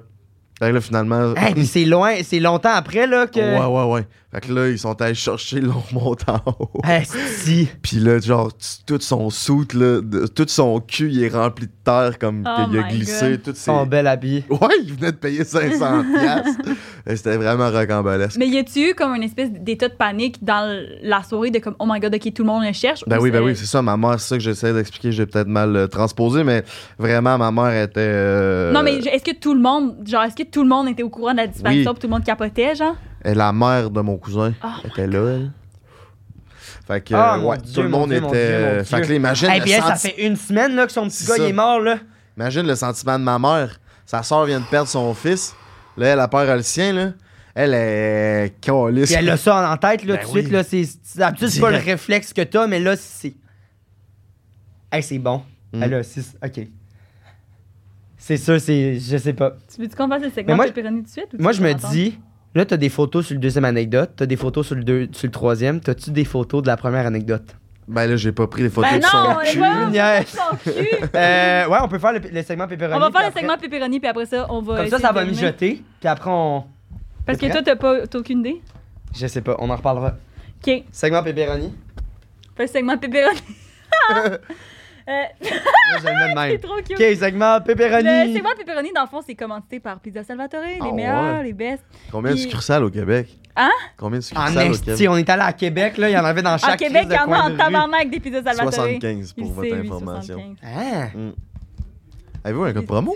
S3: Fait que là, finalement.
S1: Hey, puis c'est loin, c'est longtemps après là que.
S3: Ouais, ouais, ouais. Fait que là, ils sont allés chercher, là, on monte en haut.
S1: Hey, si.
S3: Puis là, genre, t- tout son soute, là, de- tout son cul, il est rempli de terre, comme
S2: Oh
S3: qu'il a
S2: my
S3: glissé,
S2: God.
S3: tout ses.
S1: Son bel habit.
S3: Ouais, il venait de payer 500 piastres. Et C'était vraiment rocambolesque.
S2: Mais y a-tu eu comme une espèce d'état de panique dans l- la soirée de comme oh my god ok tout le monde le cherche
S3: Ben
S2: Ou
S3: oui, ben
S2: c'est-
S3: oui, c'est ça. Ma mère, c'est ça que j'essaie d'expliquer. J'ai peut-être mal euh, transposé, mais vraiment, ma mère était. euh,
S2: Non mais je- est-ce que tout le monde genre est-ce que tout le monde était au courant de la disparition
S3: Oui.
S2: puis tout le monde capotait genre
S3: et La mère de mon cousin
S2: Oh
S3: était là, elle. Fait que,
S1: Ah,
S3: euh,
S1: mon
S3: ouais,
S1: Dieu,
S3: tout le
S1: mon
S3: monde
S1: Dieu,
S3: était. euh,
S1: mon Dieu, mon
S3: fait que
S1: Dieu.
S3: là, imagine,
S2: Eh
S1: Hey,
S3: le
S1: puis elle, ça
S3: senti-
S1: fait une semaine là que son petit
S3: C'est
S1: gars il
S3: ça.
S1: est mort là.
S3: imagine le sentiment de ma mère. Sa soeur vient de perdre son fils. Là, elle a peur à le sien, là. Elle est.
S1: Puis
S3: caliste.
S1: elle a ça en tête là
S3: Ben
S1: tout de
S3: oui.
S1: suite là. C'est c'est- d'habitude c'est pas le
S3: Direct.
S1: réflexe que t'as, mais là c'est. Hey, c'est bon.
S3: Mm.
S1: Elle a 6. Ok. C'est sûr, c'est. Je sais pas.
S2: tu veux-tu qu'on fasse le segment
S1: moi,
S2: de Pepperoni tout de suite ou tu
S1: Moi,
S2: veux
S1: je me
S2: qu'on attende?
S1: dis, là, t'as des photos sur le deuxième anecdote, t'as des photos sur le, deux, sur le troisième, t'as-tu des photos de la première anecdote?
S3: Ben là, j'ai pas pris les photos
S2: ben
S3: de son
S2: non
S3: cul.
S1: cul.
S2: les son cul
S1: Euh, ouais, on peut faire le, le segment pepperoni.
S2: on va
S1: puis
S2: faire le
S1: après-
S2: segment pepperoni puis après ça on
S1: Comme
S2: va
S1: ça,
S2: essayer
S1: ça va
S2: d'éliminer.
S1: mijoter, puis après, on.
S2: parce que
S1: T'es
S2: toi t'as pas t'as aucune idée
S1: Je sais pas, on en reparlera.
S2: ok
S1: Segment pepperoni.
S2: fais le segment pepperoni Euh,
S1: Moi, je le mets de
S2: c'est
S1: même.
S2: trop cute
S1: Ok, segment
S2: Le
S1: pepperoni.
S2: segment pepperoni dans le fond c'est commandité par Pizza Salvatore les
S3: Ah
S2: meilleurs
S3: ouais.
S2: les best
S3: Combien de
S2: Puis-
S3: succursales au Québec?
S2: Hein?
S3: Combien de
S1: En
S3: succursales au Québec?
S1: esti, on est allé à Québec, là, il y en avait dans chaque.
S2: à
S1: crise
S2: Québec il
S1: de
S2: y en
S1: coin
S2: a
S1: de
S2: en
S1: rue.
S2: tabarnak des pizzas Salvatore
S3: 75 pour
S2: Il
S3: votre
S2: sait, lui,
S3: information.
S2: 75.
S1: Ah,
S3: Avez-vous un code promo?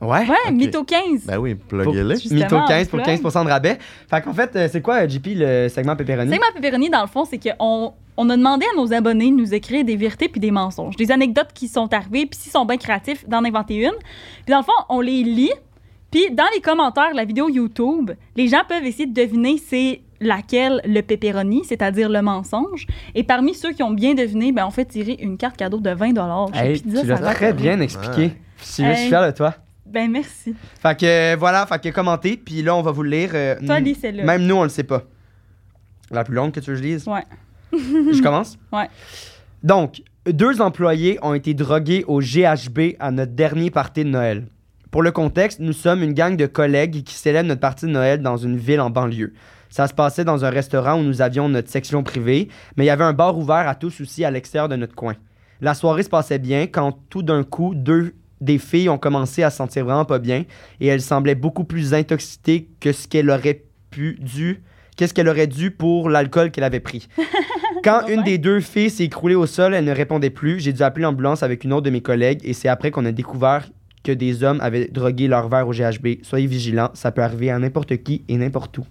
S1: ouais.
S2: Ouais,
S3: Ok.
S2: Mytho 15.
S3: Ben oui, pluguez-le.
S2: Pour- Justement,
S1: Mytho 15 pour
S2: plug.
S1: 15% de rabais. Fait qu'en fait, euh, c'est quoi, euh, JP, le segment pepperoni?
S2: C'est que ma pepperoni, dans le fond, c'est qu'on on a demandé à nos abonnés de nous écrire des vérités puis des mensonges, des anecdotes qui sont arrivées, puis s'ils sont bien créatifs, d'en inventer une. Puis dans le fond, on les lit, puis dans les commentaires de la vidéo YouTube, les gens peuvent essayer de deviner c'est laquelle le pepperoni, c'est-à-dire le mensonge. Et parmi ceux qui ont bien deviné, ben, on fait tirer une carte cadeau de 20 chez
S1: Hey,
S2: Pizza
S1: tu l'as
S2: Salvatore.
S1: très bien expliqué.
S3: Ouais.
S1: Je suis je suis
S2: Hey.
S1: fier de toi.
S2: Ben merci.
S1: Fait que euh, voilà, fait que commentez, puis là on va vous le lire. euh,
S2: Toi,
S1: m-
S2: lis celle-là.
S1: Même nous, on le sait pas. La plus longue que tu veux que je lise?
S2: Ouais.
S1: je commence?
S2: Ouais.
S1: Donc, deux employés ont été drogués au GHB à notre dernier party de Noël. Pour le contexte, nous sommes une gang de collègues qui célèbrent notre partie de Noël dans une ville en banlieue. Ça se passait dans un restaurant où nous avions notre section privée, mais il y avait un bar ouvert à tous aussi à l'extérieur de notre coin. La soirée se passait bien quand tout d'un coup, deux des filles ont commencé à se sentir vraiment pas bien et elles semblaient beaucoup plus intoxiquées que ce qu'elle aurait pu dû qu'est-ce qu'elle aurait dû pour l'alcool qu'elle avait pris. Quand une des deux filles s'est écroulée au sol, elle ne répondait plus. J'ai dû appeler l'ambulance avec une autre de mes collègues et c'est après qu'on a découvert que des hommes avaient drogué leur verre au GHB. Soyez vigilants, ça peut arriver à n'importe qui et n'importe où.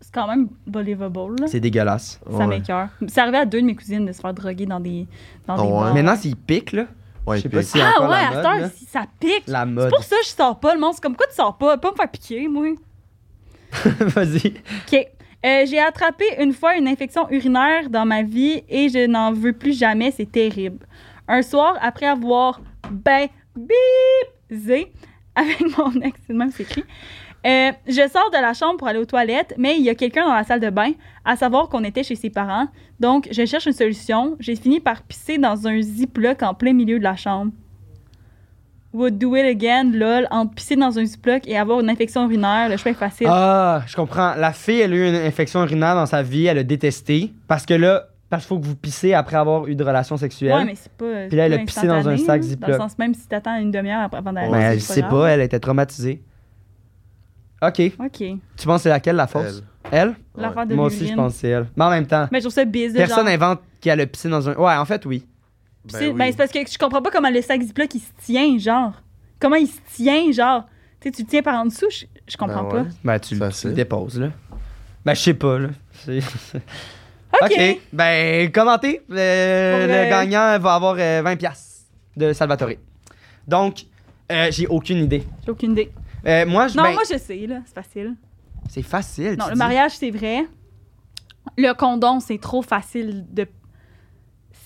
S2: C'est quand même believable. là.
S1: C'est dégueulasse.
S2: Ça
S3: Ouais.
S2: m'écoeure. C'est arrivé à deux de mes cousines de se faire droguer dans des, dans des
S3: Ah ouais?
S2: bars.
S1: Maintenant, s'il pique, là,
S3: Ouais,
S1: je sais
S3: puis-
S1: pas si c'est
S2: ah
S1: encore la
S2: ouais, à
S1: mode.
S2: cette heure,
S1: là.
S2: si ça pique.
S1: La
S2: C'est
S1: mode.
S2: pour ça que je sors pas. Le monde, c'est comme quoi tu sors pas. Pas me faire piquer, moi.
S1: Vas-y.
S2: OK. Euh, j'ai attrapé une fois une infection urinaire dans ma vie et je n'en veux plus jamais. C'est terrible. Un soir, après avoir ben bipé avec mon ex, c'est le même que c'est écrit, euh, je sors de la chambre pour aller aux toilettes, mais il y a quelqu'un dans la salle de bain, à savoir qu'on était chez ses parents. Donc, je cherche une solution. J'ai fini par pisser dans un ziploc en plein milieu de la chambre. Would do it again, lol. Entre pisser dans un ziploc et avoir une infection urinaire, le choix est facile.
S1: Ah, je comprends. La fille, elle a eu une infection urinaire dans sa vie, elle a détesté. Parce que là, parce qu'il faut que vous pissez après avoir eu de relations sexuelles.
S2: Ouais, mais c'est pas.
S1: Puis là, elle
S2: c'est
S1: a
S2: pas
S1: pissé dans un
S2: instantané,
S1: sac
S2: là.
S1: Ziploc.
S2: Dans le sens même si t'attends une demi-heure après- avant d'aller.
S1: Mais Ben, elle
S2: c'est
S1: sait
S2: grave.
S1: pas, elle était traumatisée. Ok. Tu
S2: Ok.
S1: penses c'est laquelle la fausse Elle,
S3: Ouais.
S2: L'affaire Ah, de
S1: Moi aussi, je
S2: l'urine.
S1: pense que c'est elle. Mais en même temps,
S2: Mais je trouve ça bizarre.
S1: personne invente qu'elle a pissé dans un. Ouais, en fait, oui.
S3: Ben
S2: Ben, c'est parce que je comprends pas comment le sac Ziploc il se tient, genre. comment il se tient, genre. Tu sais, tu le tiens par en dessous, je, je comprends
S3: Ben ouais.
S1: Ben, tu, le- tu
S3: Facile.
S1: le déposes, là. Ben, je sais pas, là. C'est-
S2: pas. OK.
S1: OK. Ben, commentez. Le,
S2: vrai.
S1: le gagnant va avoir euh, 20$ piastres de Salvatore. Donc, euh, j'ai aucune idée.
S2: J'ai aucune idée.
S1: Euh, moi, je.
S2: Non,
S1: ben,
S2: moi, je sais, là. C'est facile.
S1: C'est facile.
S2: Non,
S1: tu
S2: le
S1: dis.
S2: mariage, c'est vrai. Le condom, c'est trop facile de.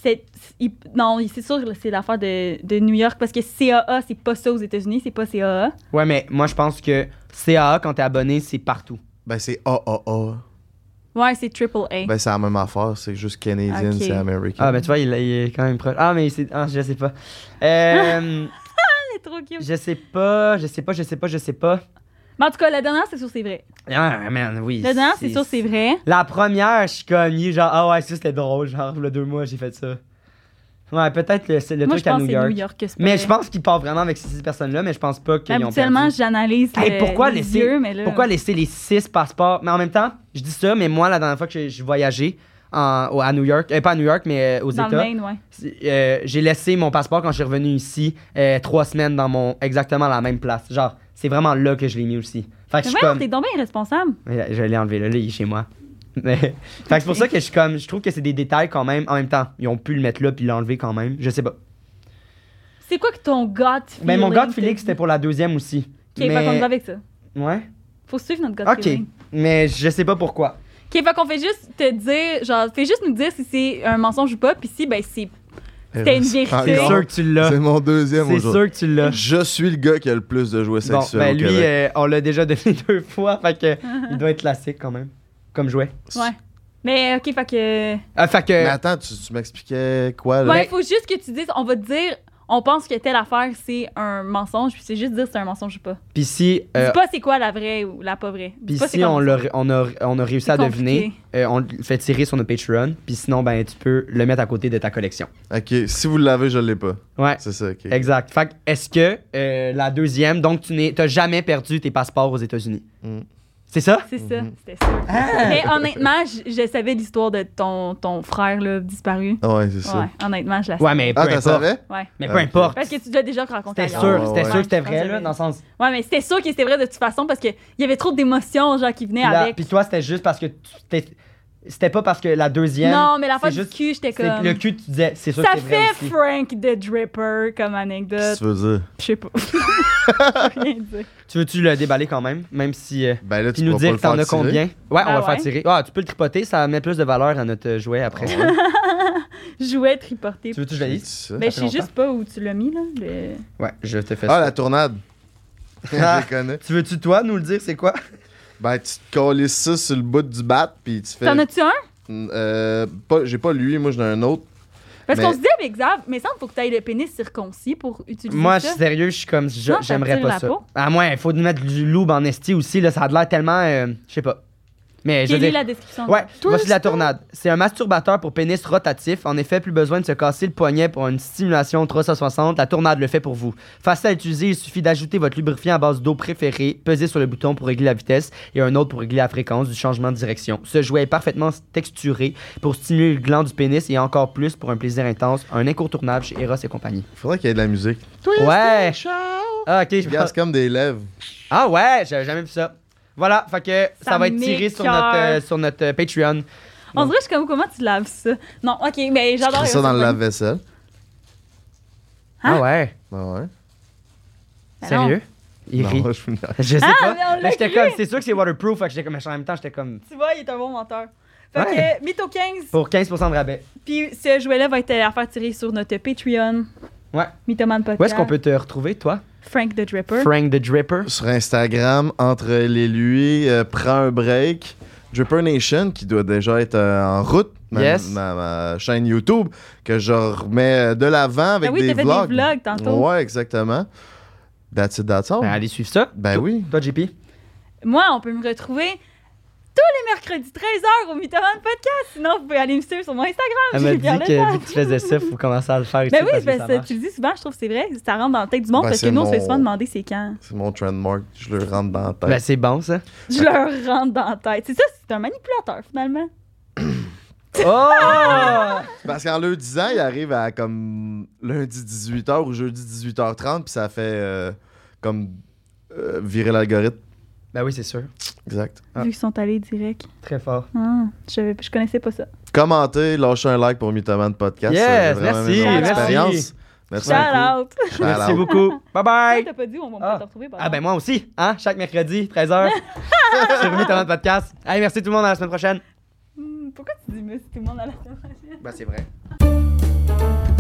S2: C'est, il- non, c'est sûr que c'est l'affaire de, de New York parce que CAA, c'est pas ça aux États-Unis, c'est pas CAA.
S1: Ouais, mais moi, je pense que CAA, quand t'es abonné, c'est partout.
S3: Ben, c'est AAA.
S2: Ouais, c'est triple A.
S3: Ben, c'est la même affaire. C'est juste canadien,
S2: Ok.
S3: c'est américain.
S1: Ah, ben, tu vois, il, il est quand même proche. Ah, mais c'est. Ah, je sais pas. Euh,
S2: c'est trop cute.
S1: je sais pas, je sais pas, je sais pas, je sais pas.
S2: Mais en tout cas, la dernière, c'est sûr, c'est vrai.
S1: Ah, man, oui.
S2: La dernière, c'est sûr, c'est vrai.
S1: La première, je suis comme, il est genre, ah ouais, ça c'était drôle, genre, le deux mois, j'ai fait ça. Ouais, peut-être le, c'est le
S2: Moi, je
S1: truc à
S2: pense
S1: New
S2: que c'est
S1: York.
S2: New York que c'est pas
S1: Mais
S2: vrai.
S1: je pense qu'il part vraiment avec ces six personnes-là, mais je pense pas qu'ils ont
S2: Ben, Habituellement,
S1: perdu.
S2: j'analyse
S1: Hey,
S2: le-
S1: pourquoi
S2: les
S1: laisser-
S2: yeux, mais là...
S1: Pourquoi laisser les six passeports? Mais en même temps, je dis ça, mais moi, la dernière fois que j'ai- j'ai voyagé en- au- à New York, euh, pas à New York, mais euh, aux
S2: Dans le
S1: États,
S2: Maine, ouais.
S1: c'est- euh, j'ai laissé mon passeport quand je suis revenu ici euh, trois semaines dans mon exactement la même place. Genre, c'est vraiment là que je l'ai mis aussi. Fait que
S2: Mais
S1: je suis
S2: voyons,
S1: comme.
S2: t'es donc bien irresponsable.
S1: Mais Je l'ai enlevé, là, là, il est chez moi. Mais, fait que c'est pour ça que je suis comme, je trouve que c'est des détails quand même. En même temps, ils ont pu le mettre là puis l'enlever quand même. Je sais pas.
S2: C'est quoi que ton gut feeling?
S1: Mais mon God
S2: te
S1: Félix,
S2: dit?
S1: c'était pour la deuxième aussi.
S2: OK, fait qu'on y va
S1: mais...
S2: avec ça.
S1: Ouais.
S2: Faut suivre notre gut
S1: Ok.
S2: feeling.
S1: Mais je sais pas pourquoi.
S2: OK, fait qu'on fait juste te dire, genre, fais juste nous dire si c'est un mensonge ou pas, puis si, ben, c'est... c'était une vérité.
S1: C'est
S2: Encore?
S1: sûr que tu l'as.
S3: C'est mon deuxième
S1: C'est
S3: aujourd'hui.
S1: sûr que tu l'as.
S3: Je suis le gars qui a le plus de jouets
S1: Bon,
S3: sexuels.
S1: ben
S3: au
S1: lui,
S3: Québec.
S1: euh, on l'a déjà donné deux fois. Fait que
S2: Ah.
S1: il doit être classique quand même. Comme jouet.
S2: Ouais. Mais, OK, fait que...
S1: Ah, fait que.
S3: Mais attends, tu, tu m'expliquais quoi, là?
S2: Ouais, il faut juste que tu dises, on va te dire, on pense que telle affaire, c'est un mensonge, puis c'est juste dire si c'est un mensonge ou pas.
S1: Puis si. euh,
S2: Dis pas c'est quoi la vraie ou la pas vraie. Dis
S1: Puis
S2: pas c'est
S1: si
S2: quoi
S1: on,
S2: le
S1: l'a- on, a, on a réussi à
S2: C'est
S1: deviner, euh, on le fait tirer sur nos Patreon. Puis sinon, ben, tu peux le mettre à côté de ta collection.
S3: Ok, si vous l'avez, je l'ai pas.
S1: Ouais.
S3: C'est ça, ok.
S1: Exact. Fait que, est-ce que euh, la deuxième, donc tu n'as jamais perdu tes passeports aux États-Unis?
S3: Mm.
S1: C'est ça?
S2: C'est ça, c'était ça. Mais honnêtement, je, je savais l'histoire de ton, ton frère là, disparu.
S3: Ah Ouais, c'est ça.
S2: Ouais, honnêtement, je la savais.
S1: Ouais, mais peu
S3: Ah, t'en
S1: importe.
S3: savais?
S2: Ouais.
S1: Mais
S3: Ok.
S1: peu importe.
S2: Parce que tu l'as déjà raconté.
S1: C'était sûr,
S2: ailleurs.
S3: Ouais,
S1: c'était
S3: ouais.
S1: sûr que c'était
S2: Ouais,
S1: vrai,
S2: je
S1: là,
S2: pense
S1: dans le sens.
S2: Ouais, mais c'était sûr que c'était vrai de toute façon parce qu'il y avait trop d'émotions genre, qui venaient
S1: Puis la-
S2: avec.
S1: Puis toi, c'était juste parce que tu t'es- c'était pas parce que la deuxième.
S2: non, mais la fois
S1: c'est
S2: du
S1: juste-
S2: cul, j'étais
S1: c'est-
S2: comme.
S1: Le cul, tu disais, c'est sûr
S2: ça
S1: que c'est vrai.
S2: fait
S1: aussi.
S2: Frank the Dripper comme
S3: Qu'est-ce
S2: anecdote.
S3: que tu veux dire?
S2: Je sais pas. Je peux rien dire.
S1: Tu veux-tu le déballer quand même, même si. euh,
S3: Ben là,
S1: Puis
S3: tu
S1: nous
S3: pourras pas
S1: dire
S3: le
S1: que t'en
S3: faire
S1: as
S3: tirer.
S1: combien. Ouais, on
S2: Ah
S1: va le
S2: ouais?
S1: faire tirer. Ah, tu peux le tripoter, ça met plus de valeur à notre euh, jouet après.
S3: Ah ouais,
S2: Je jouais triporté.
S1: tu veux-tu que je
S3: je
S1: le
S3: dis
S1: lise?
S3: ça.
S2: Mais
S1: fait
S2: Ben, je sais juste
S1: longtemps.
S2: pas où tu l'as mis là. le-
S1: Ouais, je te fais
S3: Ah,
S1: ça.
S3: la tournade.
S1: Ah.
S3: Je connais.
S1: Tu veux-tu, toi, nous le dire, c'est quoi?
S3: Ben, tu te colles ça sur le bout du bat, puis tu fais.
S2: T'en as-tu un?
S3: Euh, pas- J'ai pas lui, moi j'en ai un autre.
S2: Parce
S3: Mais-
S2: qu'on se dit avec Xav, mais ça, il faut que tu ailles le pénis circoncis pour utiliser
S1: Moi, je
S2: ça.
S1: suis sérieux, je suis comme, je-
S2: Non, ça
S1: j'aimerais
S2: tire
S1: pas
S2: la
S1: ça.
S2: peau.
S1: À moins, il faut nous mettre du loup en esti aussi, là, ça a l'air tellement, euh, je sais pas. Mais je
S2: J'ai
S1: veux
S2: lu
S1: dire-
S2: la description.
S1: Ouais,
S3: Toi,
S1: voici la
S3: c'est pas-
S1: tournade. C'est un masturbateur pour pénis rotatif. En effet, plus besoin de se casser le poignet pour une stimulation 360. La tournade le fait pour vous. Facile à utiliser, il suffit d'ajouter votre lubrifiant à base d'eau préférée, peser sur le bouton pour régler la vitesse et un autre pour régler la fréquence du changement de direction. Ce jouet est parfaitement texturé pour stimuler le gland du pénis et encore plus pour un plaisir intense, un incontournable chez Eros et compagnie.
S3: Faudrait qu'il y ait de la musique.
S1: Ouais.
S3: Ciao!
S1: Ah, ok, je
S3: Je gasse comme des lèvres.
S1: Ah ouais, j'avais jamais vu ça. Voilà, fait que ça,
S2: Ça
S1: va être tiré sur
S2: m'écoeure.
S1: notre, euh, sur notre euh, Patreon.
S2: On dirait, je suis comme, comment tu laves ça? Non, ok, mais
S3: Je
S2: j'adore.
S3: crée ça dans le lave-vaisselle.
S2: Hein?
S1: Ah ouais,
S3: Ben ouais.
S2: Ben non.
S1: sérieux? Il
S3: Non,
S1: rit.
S3: je me-
S1: Je sais
S2: Ah,
S1: pas.
S2: mais on
S1: Mais
S2: l'a
S1: j'étais
S2: cru.
S1: comme, c'est sûr que c'est waterproof. Fait que j'étais comme, mais en même temps, j'étais comme,
S2: Tu vois, il est un bon menteur. Fait
S1: Ouais. Oh.
S2: que, mytho 15,
S1: pour 15% de rabais.
S2: puis ce jouet-là va être à faire tirer sur notre Patreon.
S1: Ouais.
S2: Mythoman Podcast.
S1: Où est-ce qu'on peut te retrouver, toi?
S2: Frank the Dripper.
S1: Frank the Dripper.
S3: Sur Instagram, entre les lui, euh, prends un break. Dripper Nation, qui doit déjà être euh, en route. Ma,
S1: Yes.
S3: ma- ma chaîne YouTube, que je remets de l'avant avec
S2: ah oui,
S3: des,
S2: t'as fait
S3: vlogs.
S2: des vlogs tantôt.
S3: Ouais, exactement. That's it,
S2: Oh.
S3: that's all.
S1: Ben, allez suivre ça.
S3: Ben
S1: Toi-
S3: oui.
S1: Toi, JP.
S2: Ah, Moi, on peut me retrouver tous les mercredis 13h au Mythoman Podcast. Sinon, vous pouvez aller me suivre sur mon
S1: Elle
S2: Instagram.
S1: m'a
S2: j'ai
S1: dit
S2: bien
S1: que vu que tu faisais ça, faut commencer à le faire. aussi,
S2: Ben oui,
S1: parce que
S2: parce
S1: ça
S2: que
S1: marche.
S2: tu le dis souvent, je trouve que c'est vrai. Ça rentre dans la tête du monde
S3: Ben,
S2: parce que
S3: c'est
S2: nous, on se fait
S3: mon-
S2: souvent demander c'est quand.
S3: C'est mon trademark. Je le rentre dans la tête.
S1: Ben, c'est bon, ça.
S2: Je leur rentre dans la tête. C'est ça, c'est un manipulateur finalement.
S1: Oh!
S3: Parce qu'en le disant, il arrive à comme lundi 18h ou jeudi 18h30, puis ça fait euh, comme euh, virer l'algorithme.
S1: ben oui, c'est sûr.
S3: Exact.
S1: Ah.
S2: Vu qu'ils sont allés direct.
S1: Très fort.
S2: Ah, je, je connaissais pas ça.
S3: Commentez, lâchez un like pour Mythoman de Podcast.
S1: Yes,
S3: c'est vraiment
S1: merci,
S3: une énorme
S2: merci.
S3: expérience. Merci.
S2: Shout
S3: beaucoup.
S2: out!
S3: Shout
S1: Merci
S3: out.
S1: beaucoup. Bye
S2: Toi,
S1: bye.
S2: T'as pas dit, on va
S1: Ah.
S2: pas te retrouver. par
S1: Ah ben
S2: exemple.
S1: moi aussi, hein? Chaque mercredi, 13h. C'est revenu dans notre podcast. Allez, merci tout le monde, à la semaine prochaine.
S3: Ben,
S2: Hmm, Pourquoi tu dis monsieur tout le monde à la semaine prochaine?
S1: Ben c'est vrai.